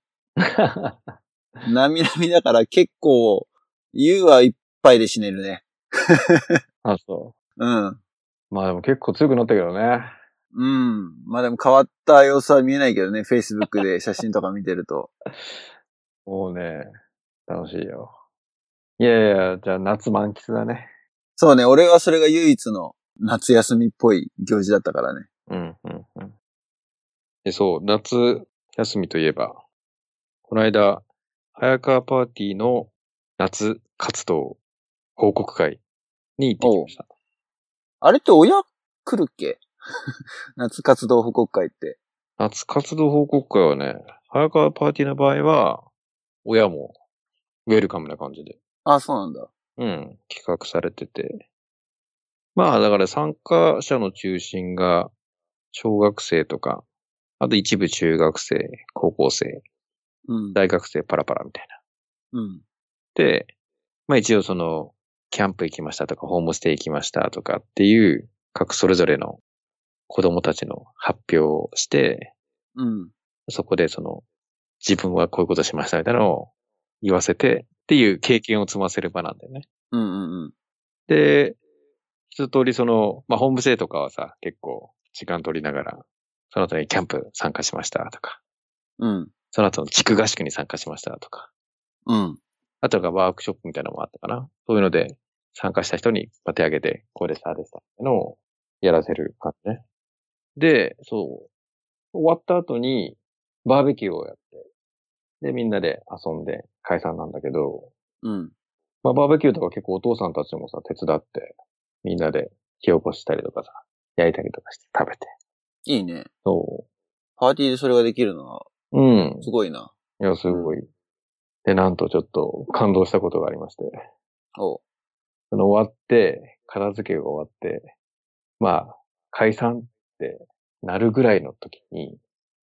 Speaker 1: なみなみだから結構、湯は1杯で死ねるね。
Speaker 3: あ、そ
Speaker 1: うん。
Speaker 3: う。まあでも結構強くなったけどね。
Speaker 1: うん。まあでも変わった様子は見えないけどね、Facebook で写真とか見てると。
Speaker 3: もうね、楽しいよ。いやいや、じゃあ夏満喫だね。
Speaker 1: そうね、俺はそれが唯一の夏休みっぽい行事だったからね。
Speaker 3: うん、うん、うん。え、そう、夏休みといえば、この間、早川パーティーの夏活動報告会に行ってきました。
Speaker 1: あれって親来るっけ 夏活動報告会って。
Speaker 3: 夏活動報告会はね、早川パーティーの場合は、親もウェルカムな感じで、
Speaker 1: あ、そうなんだ。
Speaker 3: うん、企画されてて。まあ、だから参加者の中心が、小学生とか、あと一部中学生、高校生、
Speaker 1: うん。
Speaker 3: 大学生パラパラみたいな。
Speaker 1: うん。
Speaker 3: で、まあ一応その、キャンプ行きましたとか、ホームステイ行きましたとかっていう、各それぞれの子供たちの発表をして、
Speaker 1: うん。
Speaker 3: そこでその、自分はこういうことしましたみたいなのを言わせてっていう経験を積ませる場なんだよね。
Speaker 1: うんうんうん。
Speaker 3: で、一通りその、まあホームステイとかはさ、結構時間取りながら、その後にキャンプ参加しましたとか、
Speaker 1: うん。
Speaker 3: その後の地区合宿に参加しましたとか、
Speaker 1: うん。
Speaker 3: あとがワークショップみたいなのもあったかな。そういうので、参加した人にまあ手挙げて、こうでした、ああでしたってのをやらせる感じね。で、そう。終わった後に、バーベキューをやって、で、みんなで遊んで解散なんだけど、
Speaker 1: うん。
Speaker 3: まあ、バーベキューとか結構お父さんたちもさ、手伝って、みんなで火起こしたりとかさ、焼いたりとかして食べて。
Speaker 1: いいね。
Speaker 3: そ
Speaker 1: パーティーでそれができるのは、
Speaker 3: う。うん。
Speaker 1: すごいな。
Speaker 3: いや、すごい。で、なんとちょっと感動したことがありまして。
Speaker 1: おう。
Speaker 3: その終わって、片付けが終わって、まあ、解散ってなるぐらいの時に、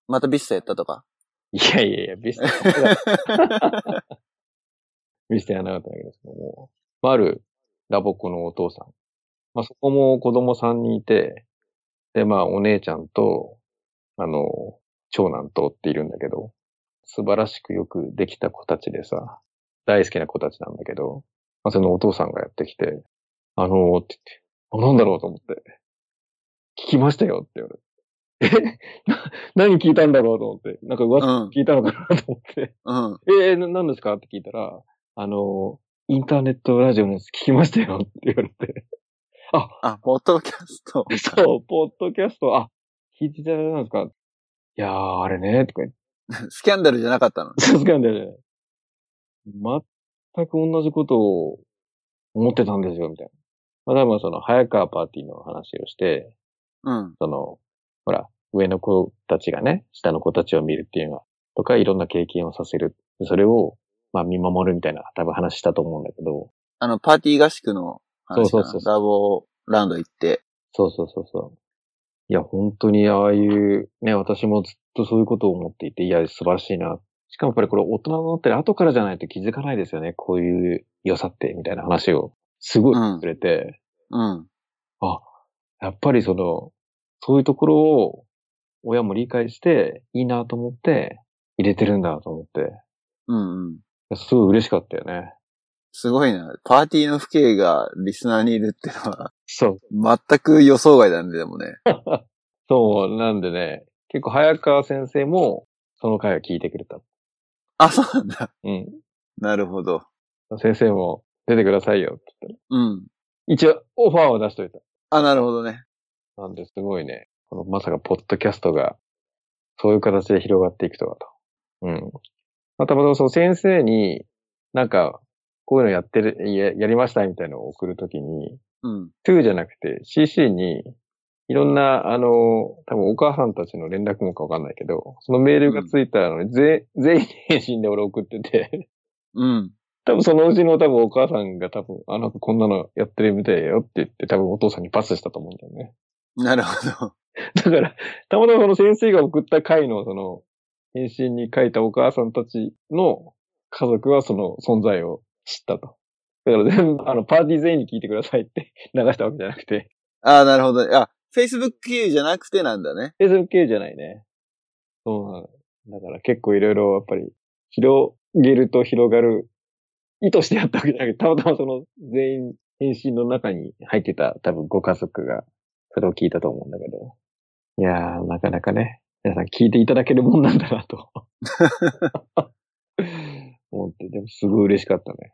Speaker 1: またビスタやったとか。
Speaker 3: いやいやいや、ビスタやんなかった。ビスタやんなかったんだけど、そのもう、まあ、あるラボコのお父さん。まあ、そこも子供さんにいて、で、まあ、お姉ちゃんと、あの、長男とっているんだけど、素晴らしくよくできた子たちでさ、大好きな子たちなんだけど、まあ、そのお父さんがやってきて、あのー、って言って、あ、なんだろうと思って、聞きましたよって言われて、え な何聞いたんだろうと思って、なんか
Speaker 1: う
Speaker 3: 噂
Speaker 1: ん。
Speaker 3: 聞いたのかなと思って、
Speaker 1: うん。
Speaker 3: えー、な何ですかって聞いたら、あのー、インターネットラジオのやつ聞きましたよって言われて、あ、
Speaker 1: あ、ポッドキャスト。
Speaker 3: そう、ポッドキャスト、あ、聞いていただいたんですかいやー、あれね、とか言って、
Speaker 1: スキャンダルじゃなかったの。
Speaker 3: さすがにだよね。全く同じことを思ってたんですよ、みたいな。まあ、多分その、早川パーティーの話をして、
Speaker 1: うん。
Speaker 3: その、ほら、上の子たちがね、下の子たちを見るっていうのは、とか、いろんな経験をさせる。それを、まあ、見守るみたいな、多分話したと思うんだけど、
Speaker 1: あの、パーティー合宿の話か
Speaker 3: そう
Speaker 1: な
Speaker 3: そうそう
Speaker 1: ラボラウンド行って。
Speaker 3: そうそうそうそう。いや、本当にああいう、ね、私もずっとそういうことを思っていて、いや、素晴らしいな。しかもやっぱりこれ大人になってる後からじゃないと気づかないですよね。こういう良さって、みたいな話をすごい
Speaker 1: うん
Speaker 3: くれて、
Speaker 1: うん。
Speaker 3: やっぱりその、そういうところを親も理解していいなと思って入れてるんだと思って、い
Speaker 1: うんうん。
Speaker 3: やすごい嬉しかったよね。
Speaker 1: すごいな。パーティーの父兄がリスナーにいるってのは、
Speaker 3: そう。
Speaker 1: 全く予想外だね、でもね。
Speaker 3: そう、なんでね、結構早川先生もその回を聞いてくれた。
Speaker 1: あ、そうなんだ。
Speaker 3: うん。
Speaker 1: なるほど。
Speaker 3: 先生も出てくださいよって言っ
Speaker 1: うん。
Speaker 3: たら。一応オファーを出しといた。
Speaker 1: あ、なるほどね。
Speaker 3: なんですごいね。このまさかポッドキャストがそういう形で広がっていくとはと。うん。またまたその先生になんかこういうのやってる、ややりましたみたいなのを送るときに、
Speaker 1: うん。
Speaker 3: 2じゃなくて CC にいろんな、あの、多分お母さんたちの連絡もかわかんないけど、そのメールがついたのに、ぜ全員返信で俺送ってて、
Speaker 1: うん。
Speaker 3: 多分そのうちの多分お母さんが多分、あ、なんかこんなのやってるみたいよって言って多分お父さんにパスしたと思うんだよね。
Speaker 1: なるほど。
Speaker 3: だから、たまたまその先生が送った回のその、返信に書いたお母さんたちの家族はその存在を知ったと。だから全部、あの、パーティー全員に聞いてくださいって流したわけじゃなくて、
Speaker 1: あ、なるほど。あ、Facebook 経由じゃなくてなんだね。
Speaker 3: SFK じゃないね。そうなの。だから結構いろいろやっぱり、広げると広がる、意図してやったわけじゃなくて、たまたまその全員、返信の中に入ってた多分ご家族が、それを聞いたと思うんだけど。いやー、なかなかね、皆さん聞いていただけるもんなんだなと。思って、でもすごい嬉しかったね。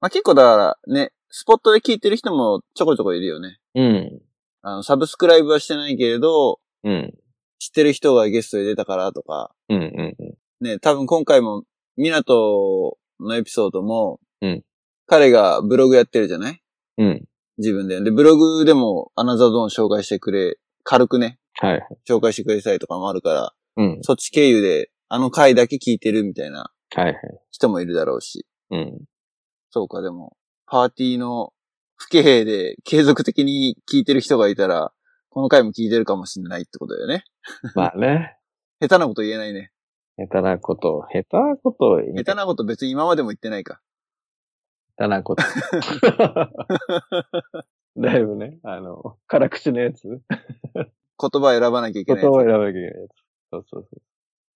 Speaker 1: まあ、結構だからね、スポットで聞いてる人もちょこちょこいるよね。
Speaker 3: うん。
Speaker 1: あの、サブスクライブはしてないけれど、
Speaker 3: うん。
Speaker 1: 知ってる人がゲストで出たからとか、
Speaker 3: うんうんうん。
Speaker 1: ね、多分今回も、港のエピソードも、
Speaker 3: うん
Speaker 1: 彼がブログやってるじゃない
Speaker 3: うん。
Speaker 1: 自分で。で、ブログでもアナザードーン紹介してくれ、軽くね、
Speaker 3: はい。
Speaker 1: 紹介してくれたりとかもあるから、
Speaker 3: うん。
Speaker 1: そっち経由であの回だけ聞いてるみたいな
Speaker 3: はいはい。
Speaker 1: 人もいるだろうし。
Speaker 3: うん。
Speaker 1: そうか、でも、パーティーの不景兵で継続的に聞いてる人がいたら、この回も聞いてるかもしれないってことだよね。
Speaker 3: まあね。
Speaker 1: 下手なこと言えないね。
Speaker 3: 下手なこと、下手なこと言い
Speaker 1: 下手なこと別に今までも言ってないか。
Speaker 3: だなこと。だいぶね、あの、辛口のやつ。
Speaker 1: 言葉選ばなきゃいけ
Speaker 3: 言
Speaker 1: ない
Speaker 3: 葉。を選ばなきゃいけないやつ。そうそうそう。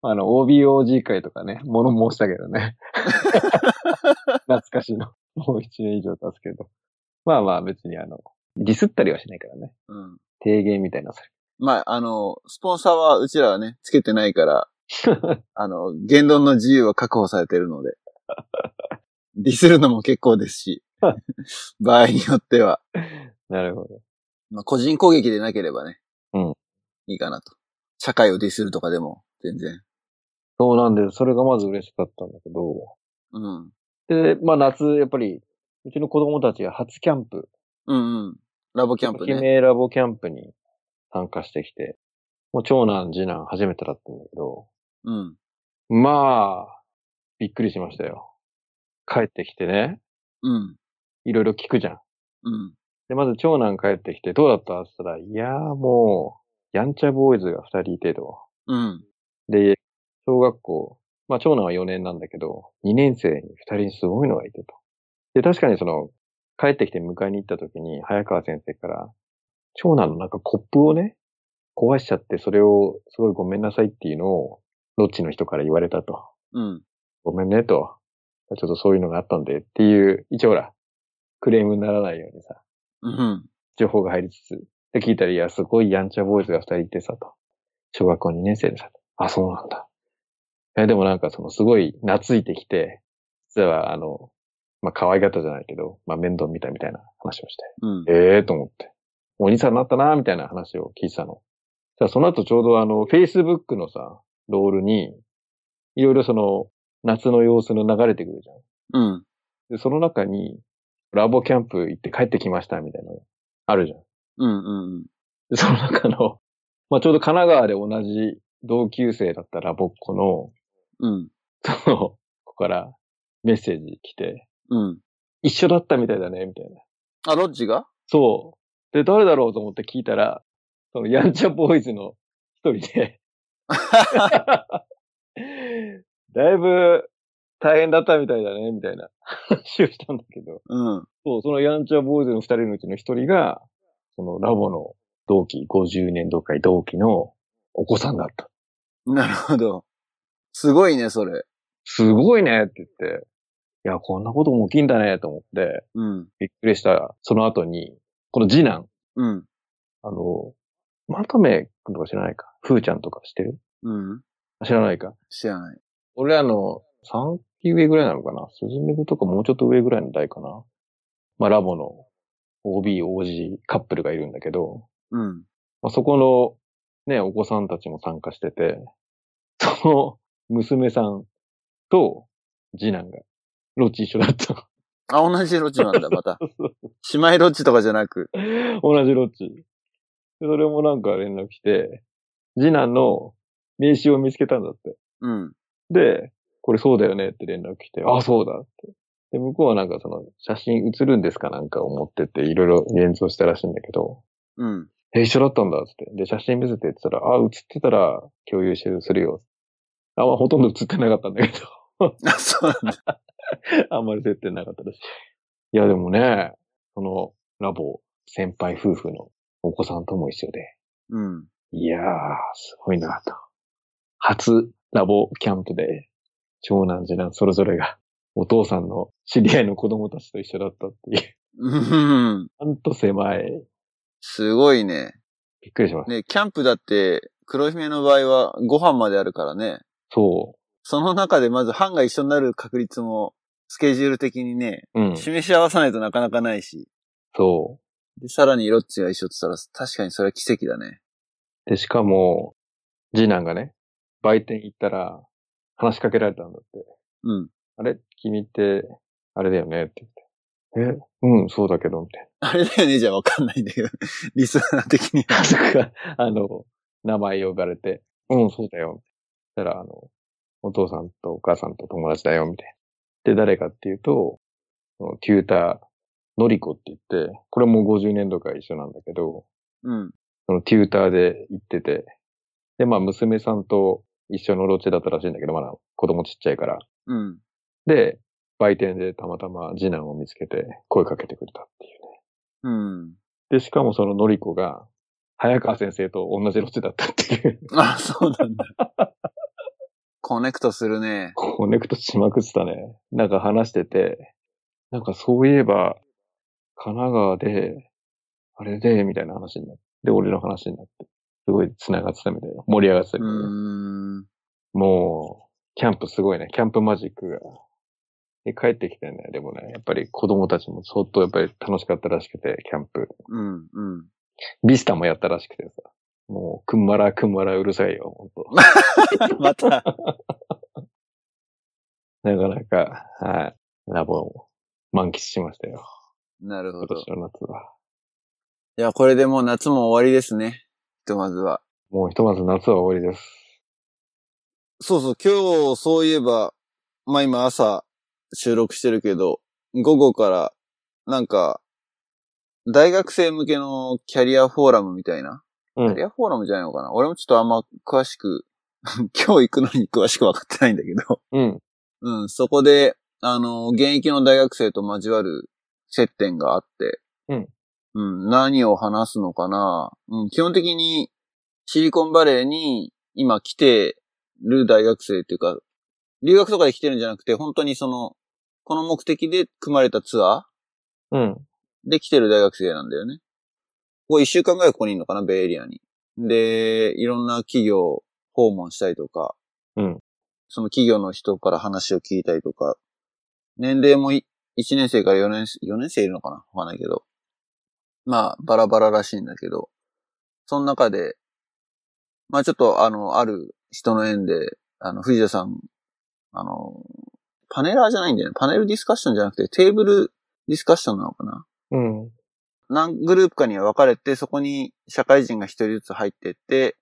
Speaker 3: あの、OBOG 会とかね、物申したけどね。懐かしの。もう一年以上経つけど。まあまあ別にあの、ディスったりはしないからね。
Speaker 1: うん。
Speaker 3: 提言みたいなさ。
Speaker 1: まあ、あの、スポンサーはうちらはね、つけてないから、あの、言論の自由は確保されてる ので。ディスるのも結構ですし、場合によっては、
Speaker 3: なるほど。
Speaker 1: まあ、個人攻撃でなければね、
Speaker 3: うん
Speaker 1: いいかなと。社会をディスるとかでも、全然。
Speaker 3: そうなんで、それがまず嬉しかったんだけど。
Speaker 1: うん。
Speaker 3: で、まあ夏、やっぱり、うちの子供たちが初キャンプ、
Speaker 1: うんうん。ラボキャンプ
Speaker 3: 記
Speaker 1: ね。
Speaker 3: 名ラボキャンプに参加してきて、もう長男、次男初めてだったんだけど、
Speaker 1: うん。
Speaker 3: まあ、びっくりしましたよ。帰ってきてね、
Speaker 1: うん。
Speaker 3: いろいろ聞くじゃん。
Speaker 1: うん。
Speaker 3: で、まず長男帰ってきて、どうだったって言ったら、いやーもう、やんちゃボーイズが二人いてと。
Speaker 1: うん。
Speaker 3: で、小学校、まあ長男は4年なんだけど、2年生に2人すごいのがいてと。で、確かにその、帰ってきて迎えに行った時に、早川先生から、長男のなんかコップをね、壊しちゃって、それをすごいごめんなさいっていうのを、ロッチの人から言われたと。
Speaker 1: うん。
Speaker 3: ごめんねと。ちょっとそういうのがあったんでっていう、一応ほら、クレームにならないようにさ、
Speaker 1: うん。
Speaker 3: 情報が入りつつ。で、聞いたら、いや、すごいやんちゃボーイズが二人いてさ、と。小学校2年生でさ、とあ、そうなんだ。え、でもなんかその、すごい懐いてきて、実はあの、まあ、可愛がったじゃないけど、まあ、面倒見たみたいな話をして。
Speaker 1: うん。
Speaker 3: ええと思って。お兄さんになったな、みたいな話を聞いてたの。じゃあその後ちょうどあの、Facebook のさ、ロールに、いろいろその、夏の様子の流れてくるじゃん。
Speaker 1: うん。
Speaker 3: で、その中に、ラボキャンプ行って帰ってきました、みたいなのあるじゃん。
Speaker 1: うん。うん。
Speaker 3: で、 その中の、まあ、ちょうど神奈川で同じ同級生だったラボっ子の、
Speaker 1: うん。
Speaker 3: その、子からメッセージ来て、
Speaker 1: うん。
Speaker 3: 一緒だったみたいだね、みたいな。
Speaker 1: あ、ロッジが
Speaker 3: そう。で、誰だろうと思って聞いたら、その、やんちゃボーイズの一人で。だいぶ大変だったみたいだね、みたいな話をしたんだけど。
Speaker 1: うん。
Speaker 3: そう、そのやんちゃボーイズの二人のうちの一人が、そのラボの同期、50年同会同期のお子さんだった。
Speaker 1: なるほど。すごいね、それ。
Speaker 3: すごいねって言って、いや、こんなことも起きんだねと思って、
Speaker 1: うん。
Speaker 3: びっくりした、その後に、この次男、
Speaker 1: うん。
Speaker 3: あの、まとめくんとか知らないかふーちゃんとか知ってる
Speaker 1: うん。
Speaker 3: 知らないか
Speaker 1: 知らない。
Speaker 3: 俺らの3期上ぐらいなのかなスズメグとかもうちょっと上ぐらいの代かなまあ、ラボの OB、OG カップルがいるんだけど、
Speaker 1: うん。
Speaker 3: まあ、そこのね、お子さんたちも参加してて、その娘さんと次男が、ロッチ一緒だった。
Speaker 1: あ、同じロッジなんだ、ま た。姉妹ロッジとかじゃなく。
Speaker 3: 同じロッチ。でそれもなんか連絡来て、次男の名刺を見つけたんだって。
Speaker 1: うん。
Speaker 3: で、これそうだよねって連絡来て、あ、そうだって。で、向こうはなんかその写真写るんですかなんか思ってて、いろいろ現像したらしいんだけど、
Speaker 1: うん。
Speaker 3: え、一緒だったんだ、つって。で、写真見せてって言ったら、あ、写ってたら共有してするよ。あ、まあ、ほとんど 写ってなかったんだけ
Speaker 1: あ、そうなんだ。
Speaker 3: ど、あんまり接点なかったです。いや、でもね、その、ラボ、先輩夫婦のお子さんとも一緒で、
Speaker 1: うん。
Speaker 3: いやー、すごいなと。初、ラボキャンプで、長男、次男、それぞれが、お父さんの知り合いの子供たちと一緒だったっていう、
Speaker 1: うん。
Speaker 3: なんと狭い。
Speaker 1: すごいね。
Speaker 3: びっくりしました。
Speaker 1: ね、キャンプだって、黒姫の場合はご飯まであるからね。
Speaker 3: そ
Speaker 1: その中でまず班が一緒になる確率も、スケジュール的にね、
Speaker 3: う。うん。
Speaker 1: 示し合わさないとなかなかないし。
Speaker 3: そう。
Speaker 1: で、さらにロッチが一緒って言ったら、確かにそれは奇跡だね。
Speaker 3: で、しかも、次男がね、売店行ったら、話しかけられたんだって。
Speaker 1: うん。
Speaker 3: あれ君って、あれだよねって言って。えうん、そうだけど、みたい
Speaker 1: あれだよね、じゃあわかんないんだけど。リスナー的には。
Speaker 3: な。そっか、あの、名前呼ばれて、うん、そうだよ。そしたら、あの、お父さんとお母さんと友達だよ、みたいな。で、誰かっていうと、そのテューター、のりこって言って、これも50年度から一緒なんだけど、
Speaker 1: うん。
Speaker 3: そのテューターで行ってて、で、まあ娘さんと一緒のロッチだったらしいんだけど、まだ子供ちっちゃいから。
Speaker 1: うん。
Speaker 3: で、売店でたまたま次男を見つけて声かけてくれたっていうね。
Speaker 1: うん。
Speaker 3: で、しかもそののりこが、早川先生と同じロッチだったっていう、
Speaker 1: あ、そうなんだ。コネクトするね。
Speaker 3: コネクトしまくってたね。なんか話してて、なんかそういえば、神奈川で、あれで、みたいな話になって、で、俺の話になって、すごい繋がってたみたいな。盛り上がってた
Speaker 1: う
Speaker 3: みたいな。
Speaker 1: ーん。
Speaker 3: もう、キャンプすごいね。キャンプマジックが。で、帰ってきてね。でもね、やっぱり子供たちも相当やっぱり楽しかったらしくて、キャンプ。
Speaker 1: うん。うん。
Speaker 3: ビスタもやったらしくてさ。もう、くんまらくんまらうるさいよ、ほ んと。
Speaker 1: また。
Speaker 3: なかなか、はい。ラボを満喫しましたよ。
Speaker 1: なるほ
Speaker 3: 今
Speaker 1: ど。
Speaker 3: 年の夏は。
Speaker 1: いや、これでもう夏も終わりですね。ひとまずは。
Speaker 3: もうひとまず夏は終わりです。
Speaker 1: そうそう、今日そういえば、まあ今朝収録してるけど、午後からなんか大学生向けのキャリアフォーラムみたいな。
Speaker 3: う
Speaker 1: キャ
Speaker 3: ん
Speaker 1: リ。アフォーラムじゃないのかな俺もちょっとあんま詳しく、 今日行くのに詳しく分かってないんだけど。
Speaker 3: うん。
Speaker 1: うん、そこで、あの、現役の大学生と交わる接点があって、
Speaker 3: うん。
Speaker 1: うん、何を話すのかな。うん、基本的にシリコンバレーに今来てる大学生っていうか、留学とかで来てるんじゃなくて、本当にその、この目的で組まれたツア
Speaker 3: うん。
Speaker 1: ーで来てる大学生なんだよね。ここ一週間ぐらいここにいるのかな、ベイエリアに。で、いろんな企業訪問したりとか、
Speaker 3: うん。
Speaker 1: その企業の人から話を聞いたりとか、年齢もい1年生から4年生、4年生いるのかなわかんないけど。まあ、バラバラらしいんだけど、その中で、まあちょっとあの、ある人の縁で、あの、藤田さん、あの、パネラーじゃないんだよね。パネルディスカッションじゃなくてテーブルディスカッションなのかな
Speaker 3: うん。
Speaker 1: 何グループかに分かれて、そこに社会人が一人ずつ入ってって、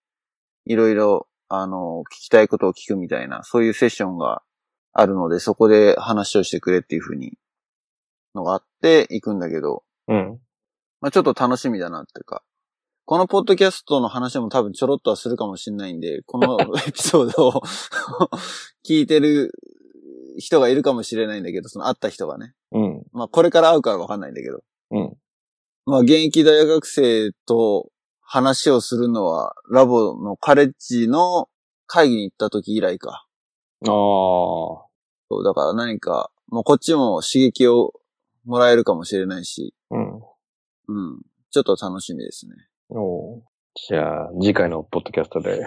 Speaker 1: いろいろ、あの、聞きたいことを聞くみたいな、そういうセッションがあるので、そこで話をしてくれっていうふうに、のがあって、行くんだけど、
Speaker 3: うん。
Speaker 1: まあ、ちょっと楽しみだなっていうか、このポッドキャストの話も多分ちょろっとはするかもしれないんで、このエピソードを 聞いてる人がいるかもしれないんだけど、その会った人がね。
Speaker 3: うん。
Speaker 1: まあ、これから会うから分かんないんだけど。
Speaker 3: うん。
Speaker 1: まあ、現役大学生と話をするのは、ラボのカレッジの会議に行った時以来か。
Speaker 3: ああ。
Speaker 1: そう、だから何か、もうこっちも刺激をもらえるかもしれないし、
Speaker 3: うん。
Speaker 1: うん。ちょっと楽しみですね。
Speaker 3: おうじゃあ、次回のポッドキャストで。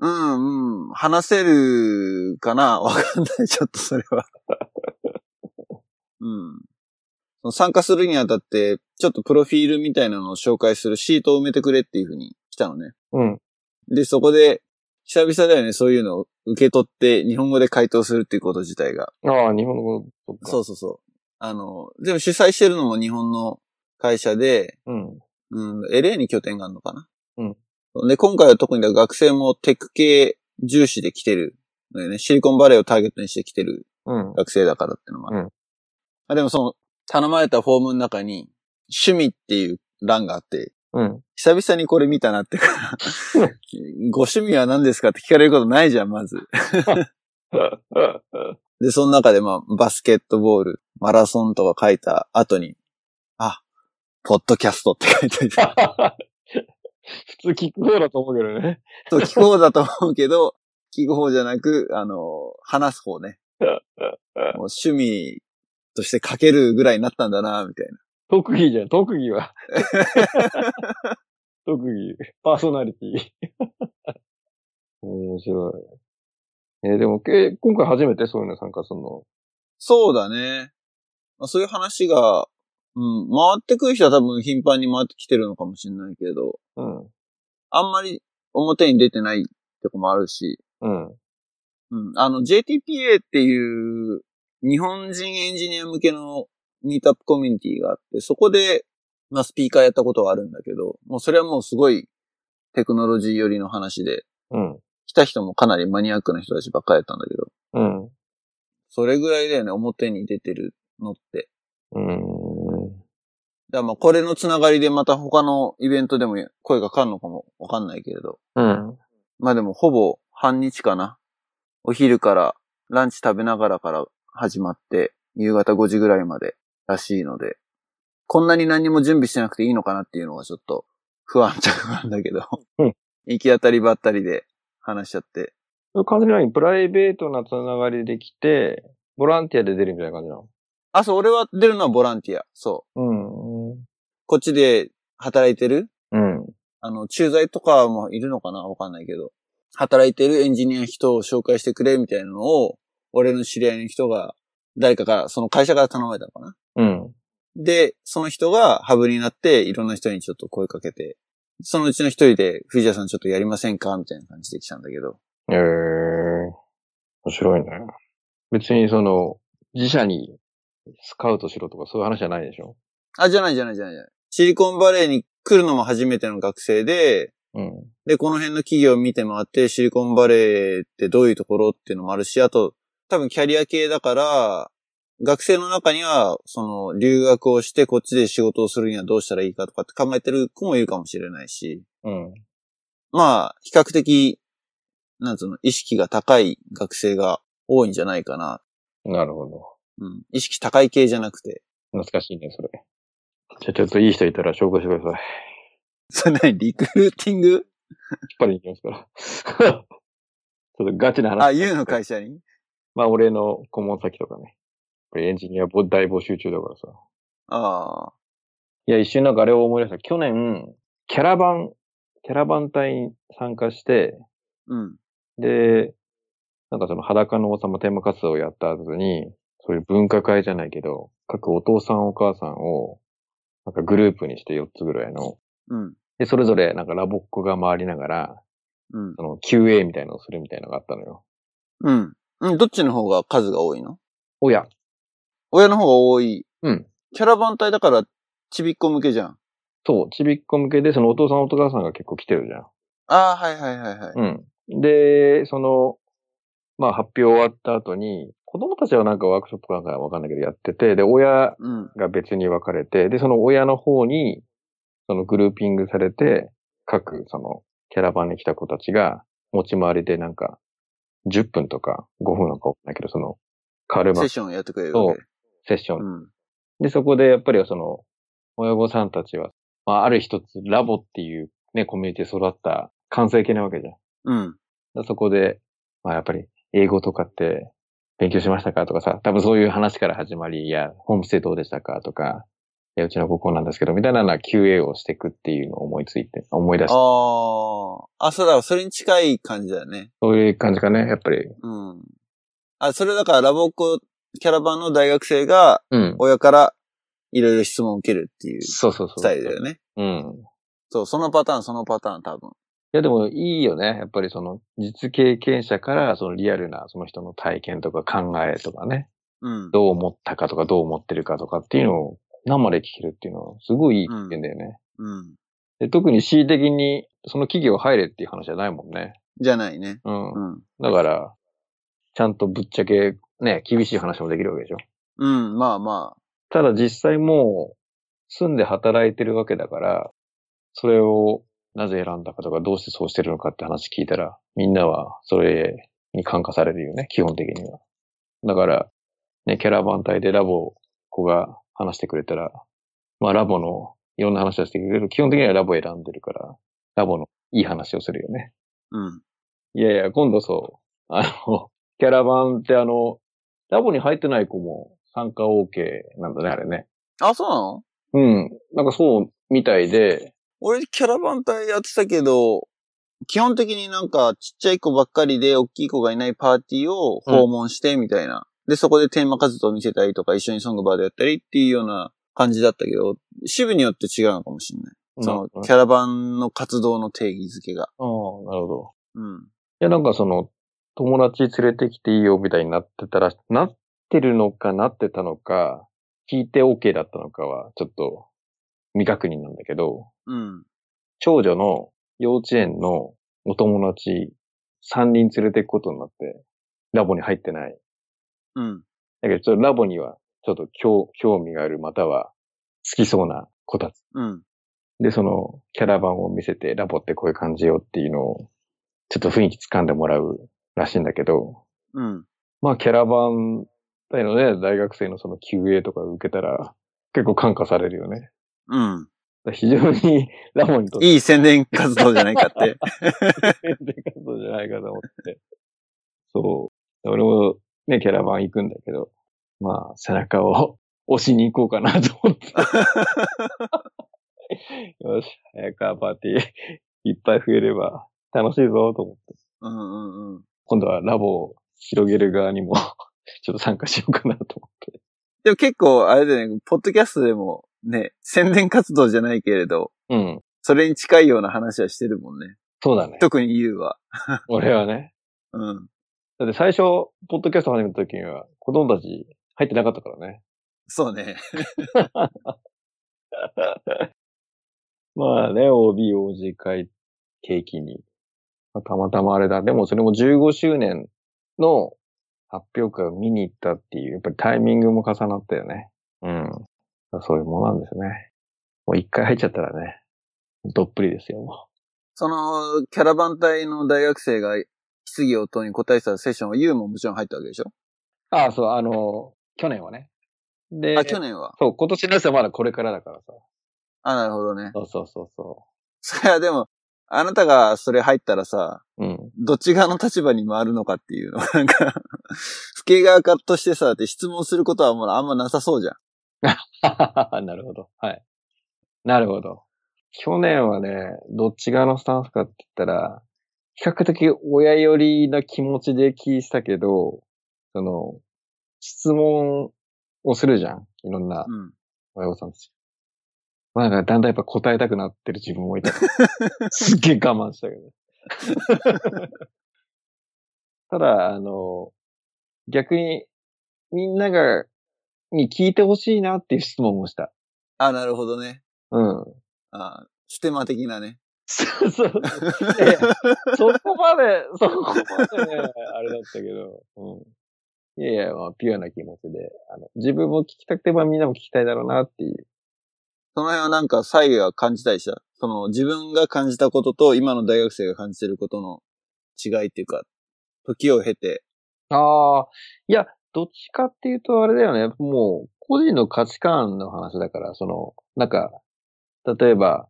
Speaker 1: うん、うん。話せるかな わかんない。ちょっとそれは。うん。その参加するにあたって、ちょっとプロフィールみたいなのを紹介するシートを埋めてくれっていうふうに来たのね。
Speaker 3: うん。
Speaker 1: で、そこで、久々だよね、そういうのを受け取って、日本語で回答するっていうこと自体が。
Speaker 3: ああ、日本語、そっか。
Speaker 1: そうそうそう。あの、でも主催してるのも日本の会社で、
Speaker 3: うん。
Speaker 1: うん、LA に拠点があるのかな。
Speaker 3: うん
Speaker 1: ん。で、今回は特にだから学生もテック系重視で来てるのよね。シリコンバレーをターゲットにして来てる
Speaker 3: うん。
Speaker 1: 学生だからってのもある。
Speaker 3: うん
Speaker 1: あでもその、頼まれたフォームの中に、趣味っていう欄があって、
Speaker 3: うん。
Speaker 1: 久々にこれ見たなっていうか、ご趣味は何ですかって聞かれることないじゃん、まず。で、その中でまあ、バスケットボール、マラソンとか書いた後に、あ、ポッドキャストって書いてある。
Speaker 3: 普通聞く方だと思うけどね。
Speaker 1: そう、聞く方だと思うけど、 聞く方じゃなく、あの、話す方ね。もう趣味として書けるぐらいになったんだな、みたいな。
Speaker 3: 特技じゃん、特技は。 特技、パーソナリティ。面白い。えーでも、け今回初めてそういうの参加するの。
Speaker 1: そうだね。まあ、そういう話が、うん、回ってくる人は多分頻繁に回ってきてるのかもしれないけど、
Speaker 3: うん。
Speaker 1: あんまり表に出てないとこもあるし、
Speaker 3: うん。
Speaker 1: うん。あの、JTPA っていう日本人エンジニア向けのミートアップコミュニティがあって、そこで、まあ、スピーカーやったことはあるんだけど、もうそれはもうすごいテクノロジー寄りの話で、
Speaker 3: うん。
Speaker 1: 来た人もかなりマニアックな人たちばっかりやったんだけど、
Speaker 3: うん。
Speaker 1: それぐらいだよね、表に出てるのって。
Speaker 3: うん。
Speaker 1: だからまあ、これのつながりでまた他のイベントでも声がかかるのかもわかんないけれど。
Speaker 3: うん。
Speaker 1: まあでもほぼ半日かな。お昼からランチ食べながらから始まって、夕方5時ぐらいまでらしいので、こんなに何も準備してなくていいのかなっていうのがちょっと不安っちゃ不安だけど
Speaker 3: うん、
Speaker 1: 行き当たりばったりで話しちゃって。
Speaker 3: 完全にプライベートなつながりできて、ボランティアで出るみたいな感じなの
Speaker 1: あ、そう、俺は出るのはボランティア。そう。
Speaker 3: うん。
Speaker 1: こっちで働いてる
Speaker 3: うん。
Speaker 1: あの、駐在とかもいるのかなわかんないけど。働いてるエンジニアの人を紹介してくれみたいなのを、俺の知り合いの人が、誰かから、その会社から頼まれたのかな
Speaker 3: うん。
Speaker 1: で、その人がハブになって、いろんな人にちょっと声かけて、そのうちの一人で、藤田さんちょっとやりませんかみたいな感じで来たんだけど。
Speaker 3: ええ面白いね。別にその、自社にスカウトしろとかそういう話じゃないでしょ
Speaker 1: あ、じゃないじゃないじゃないじゃない。シリコンバレーに来るのも初めての学生で、
Speaker 3: うん。
Speaker 1: で、この辺の企業を見て回って、シリコンバレーってどういうところっていうのもあるし、あと、多分キャリア系だから、学生の中には、その、留学をしてこっちで仕事をするにはどうしたらいいかとかって考えてる子もいるかもしれないし、
Speaker 3: うん。
Speaker 1: まあ、比較的、なんつうの、意識が高い学生が多いんじゃないかな。
Speaker 3: なるほど。
Speaker 1: うん。意識高い系じゃなくて。
Speaker 3: 懐かしいね、それ。じゃあちょっといい人いたら紹介してください。
Speaker 1: それ何リクルーティング
Speaker 3: 引っ張りに行きますから。ちょっとガチな話。
Speaker 1: あ、ユウの会社に
Speaker 3: まあ、俺の顧問先とかね。これエンジニアぼ大募集中だからさ。
Speaker 1: ああ。
Speaker 3: いや、一瞬なんかあれを思い出した。去年、キャラバン、キャラバン隊に参加して、
Speaker 1: うん。
Speaker 3: で、なんかその裸の王様テーマ活動をやった後に、そういう文化会じゃないけど、各お父さんお母さんを、なんかグループにして4つぐらいの、
Speaker 1: うん。
Speaker 3: で、それぞれなんかラボっ子が回りながら、
Speaker 1: うん。
Speaker 3: その QA みたいのをするみたいのがあったのよ。
Speaker 1: うん。うん。どっちの方が数が多いの
Speaker 3: おや、
Speaker 1: 親の方が多い。
Speaker 3: うん。
Speaker 1: キャラバン隊だから、ちびっこ向けじゃん。
Speaker 3: そう、ちびっこ向けで、そのお父さんお母さんが結構来てるじゃん。
Speaker 1: ああ、はいはいはいはい。
Speaker 3: うん。で、その、まあ発表終わった後に、子供たちはなんかワークショップかなんかわかんないけどやってて、で、親
Speaker 1: うん。
Speaker 3: が別に分かれて、で、その親の方に、そのグルーピングされて、各、その、キャラバンに来た子たちが、持ち回りでなんか、10分とか5分なんかわかんないけど、その、カル
Speaker 1: セ
Speaker 3: マ
Speaker 1: ッ
Speaker 3: セ
Speaker 1: ションやってくれるわけ。
Speaker 3: ッション
Speaker 1: うん。
Speaker 3: で、そこでやっぱりその、親御さんたちは、まあ、ある一つラボっていうね、コミュニティで育った完成形なわけじゃん。
Speaker 1: うん。
Speaker 3: でそこで、まあやっぱり英語とかって勉強しましたかとかさ、多分そういう話から始まり、いや、ホームステイどうでしたかとか、いや、うちの高校なんですけど、みたいなのは QA をしていくっていうのを思いついて、思い出
Speaker 1: あ
Speaker 3: した。
Speaker 1: あ。あ、そうだ、それに近い感じだよね。
Speaker 3: そういう感じかね、やっぱり。
Speaker 1: うん。あ、それだからラボっ子、キャラバンの大学生が
Speaker 3: うん。
Speaker 1: 親からいろいろ質問を受けるっていうス
Speaker 3: そうそうそう。
Speaker 1: タイルだよね。
Speaker 3: うん。
Speaker 1: そう、そのパターン、そのパターン多分。
Speaker 3: いやでもいいよね。やっぱりその実経験者からそのリアルなその人の体験とか考えとかね、
Speaker 1: うん。
Speaker 3: どう思ったかとかどう思ってるかとかっていうのを生で聞けるっていうのはすごいいい経験だよね。
Speaker 1: うん。
Speaker 3: で特に恣意的にその企業入れっていう話じゃないもんね。
Speaker 1: じゃないね。
Speaker 3: うん
Speaker 1: う。ん。
Speaker 3: だから、ちゃんとぶっちゃけね、厳しい話もできるわけでしょ。
Speaker 1: うん、まあま
Speaker 3: ただ実際もう住んで働いてるわけだから、それをなぜ選んだかとかどうしてそうしてるのかって話聞いたら、みんなはそれに感化されるよね、基本的には。だから、ね、キャラバン隊でラボ子が話してくれたら、まあラボのいろんな話をしてくれるけど、基本的にはラボ選んでるから、ラボのいい話をするよね。
Speaker 1: あ。うん。
Speaker 3: いやいや、今度そう。あの、キャラバンってあの、ラボに入ってない子も参加 OK なんだね、あれね。
Speaker 1: あ、そうなの
Speaker 3: うん。なんかそうみたいで、
Speaker 1: 俺キャラバン隊やってたけど、基本的になんかちっちゃい子ばっかりで大きい子がいないパーティーを訪問してみたいな。で、そこでテーマ活動を見せたりとか、一緒にソングバーでやったりっていうような感じだったけど、支部によって違うのかもしれない。その、キ
Speaker 3: ャ
Speaker 1: ャラバンの活動の定義づけが。
Speaker 3: ああ、なるほど。
Speaker 1: うん。
Speaker 3: いや、なんかその、友達連れてきていいよみたいになってたら、なってるのかなってたのか、聞いて OK だったのかは、ちょっと未確認なんだけど、
Speaker 1: うん。
Speaker 3: 長女の幼稚園のお友達3人連れていくことになって、ラボに入ってない。
Speaker 1: うん。
Speaker 3: だけど、ちょっとラボには、ちょっと興興味がある、または好きそうな子たち。
Speaker 1: うん。
Speaker 3: で、そのキャラバンを見せて、ラボってこういう感じよっていうのを、ちょっと雰囲気掴んでもらうらしいんだけど、
Speaker 1: うん。
Speaker 3: まあ、キャラバン隊のね、大学生のその QA とか受けたら、結構感化されるよね。
Speaker 1: うん。
Speaker 3: だから非常にラボにとって
Speaker 1: いい宣伝活動じゃないかって。
Speaker 3: でかそうじゃないかと思って。そう。俺もね、キャラバン行くんだけど、まあ、背中を押しに行こうかなと思って。よし、早川パーティーいっぱい増えれば楽しいぞと思って。
Speaker 1: うんうんうん。
Speaker 3: 今度はラボを広げる側にも ちょっと参加しようかなと思って。
Speaker 1: でも結構、あれだよね、ポッドキャストでもね、宣伝活動じゃないけれど、
Speaker 3: うん。
Speaker 1: それに近いような話はしてるもんね。
Speaker 3: そうだね。
Speaker 1: 特に言うは。
Speaker 3: 俺はね。
Speaker 1: うん。
Speaker 3: だって最初、ポッドキャスト始めた時には、子供たち入ってなかったからね。
Speaker 1: そうね。
Speaker 3: まあね、OB、OG 会契機に。まあたまたまあれだ。でもそれも15周年の発表会を見に行ったっていう、やっぱりタイミングも重なったよね。うん。そういうものなんですね。もう一回入っちゃったらね、どっぷりですよ、も
Speaker 1: その、キャラバン隊の大学生が質疑応答に答えてたセッションは U ももちろん入ったわけでしょ
Speaker 3: う。ああ、そう、あの、去年はね。で、
Speaker 1: あ、去年は。
Speaker 3: そう、今年のやつはまだこれからだからさ。
Speaker 1: あ、なるほどね。
Speaker 3: そうそうそうそ
Speaker 1: それはでも、あなたがそれ入ったらさ、
Speaker 3: う。うん。
Speaker 1: どっち側の立場に回るのかっていうのは、なんか、不敬側かとしてさ、だって質問することはもうあんまなさそうじゃん。
Speaker 3: なるほど。はい。なるほど。去年はね、どっち側のスタンスかって言ったら、比較的親寄りな気持ちで聞いてたけど、その、質問をするじゃん。いろんな
Speaker 1: うん。
Speaker 3: 親御さんたち。まあなんかだんだんやっぱ答えたくなってる自分もいた から。すっげえ我慢したけど。 ただ、あの、逆に、みんなが、に聞いてほしいなっていう質問をした。
Speaker 1: あ、なるほどね。
Speaker 3: うん。
Speaker 1: あ、ステマ的なね。
Speaker 3: そう そう。いやそこまで、そこまでね、あれだったけど、うん。いやいや、まあ、ピュアな気持ちで、あの、自分も聞きたくて、まあみんなも聞きたいだろうなっていう。
Speaker 1: その辺はなんか、差異は感じたりした。その、自分が感じたことと、今の大学生が感じてることの違いっていうか、時を経て、
Speaker 3: ああ、いや、どっちかっていうとあれだよね、もう、個人の価値観の話だから、その、なんか、例えば、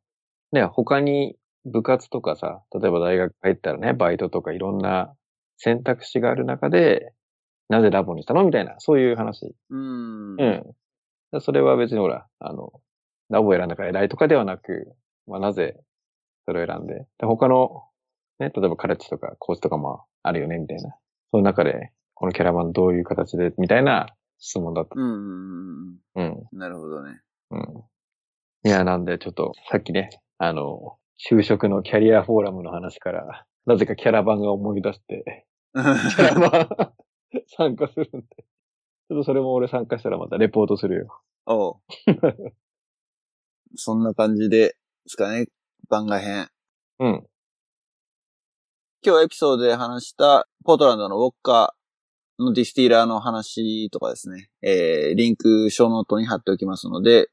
Speaker 3: ね、他に部活とかさ、例えば大学入ったらね、バイトとかいろんな選択肢がある中で、なぜラボにしたのみたいな、そういう話。
Speaker 1: うーん。
Speaker 3: うん。だからそれは別にほら、あの、ラボを選んだから偉いとかではなく、まあなぜそれを選んで、で他の、ね、例えばカレッジとかコーチとかもあるよね、みたいな。その中で、このキャラバンどういう形で、みたいな質問だった。
Speaker 1: うんうんうん
Speaker 3: うん。
Speaker 1: うん。なるほどね。
Speaker 3: うん。いや、なんでちょっと、さっきね、あの、就職のキャリアフォーラムの話から、なぜかキャラバンが思い出して、 キャラバン参加するんで。ちょっとそれも俺参加したらまたレポートするよ。
Speaker 1: おうそんな感じで、ですかね、番外編。
Speaker 3: うん。
Speaker 1: 今日エピソードで話した、ポートランドのウォッカーのディスティーラーの話とかですね、えー、リンク、ショーノートに貼っておきますので、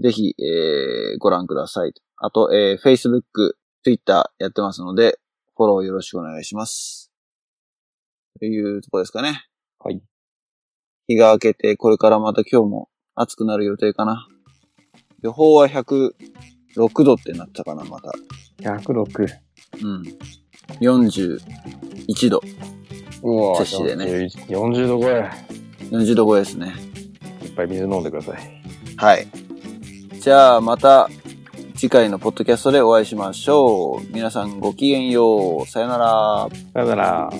Speaker 1: ぜひ、えー、ご覧ください。あと、えー、Facebook、Twitter やってますので、フォローよろしくお願いします。というとこですかね。
Speaker 3: はい。
Speaker 1: 日が明けて、これからまた今日も暑くなる予定かな。予報は106度ってなったかな、また。
Speaker 3: 106。
Speaker 1: うん。41度。
Speaker 3: うわ
Speaker 1: 摂氏でね
Speaker 3: 41 40度超え。
Speaker 1: 40度超えですね。
Speaker 3: いっぱい水飲んでください。
Speaker 1: はい。じゃあまた次回のポッドキャストでお会いしましょう。皆さんごきげんよう。さよなら。
Speaker 3: さよなら。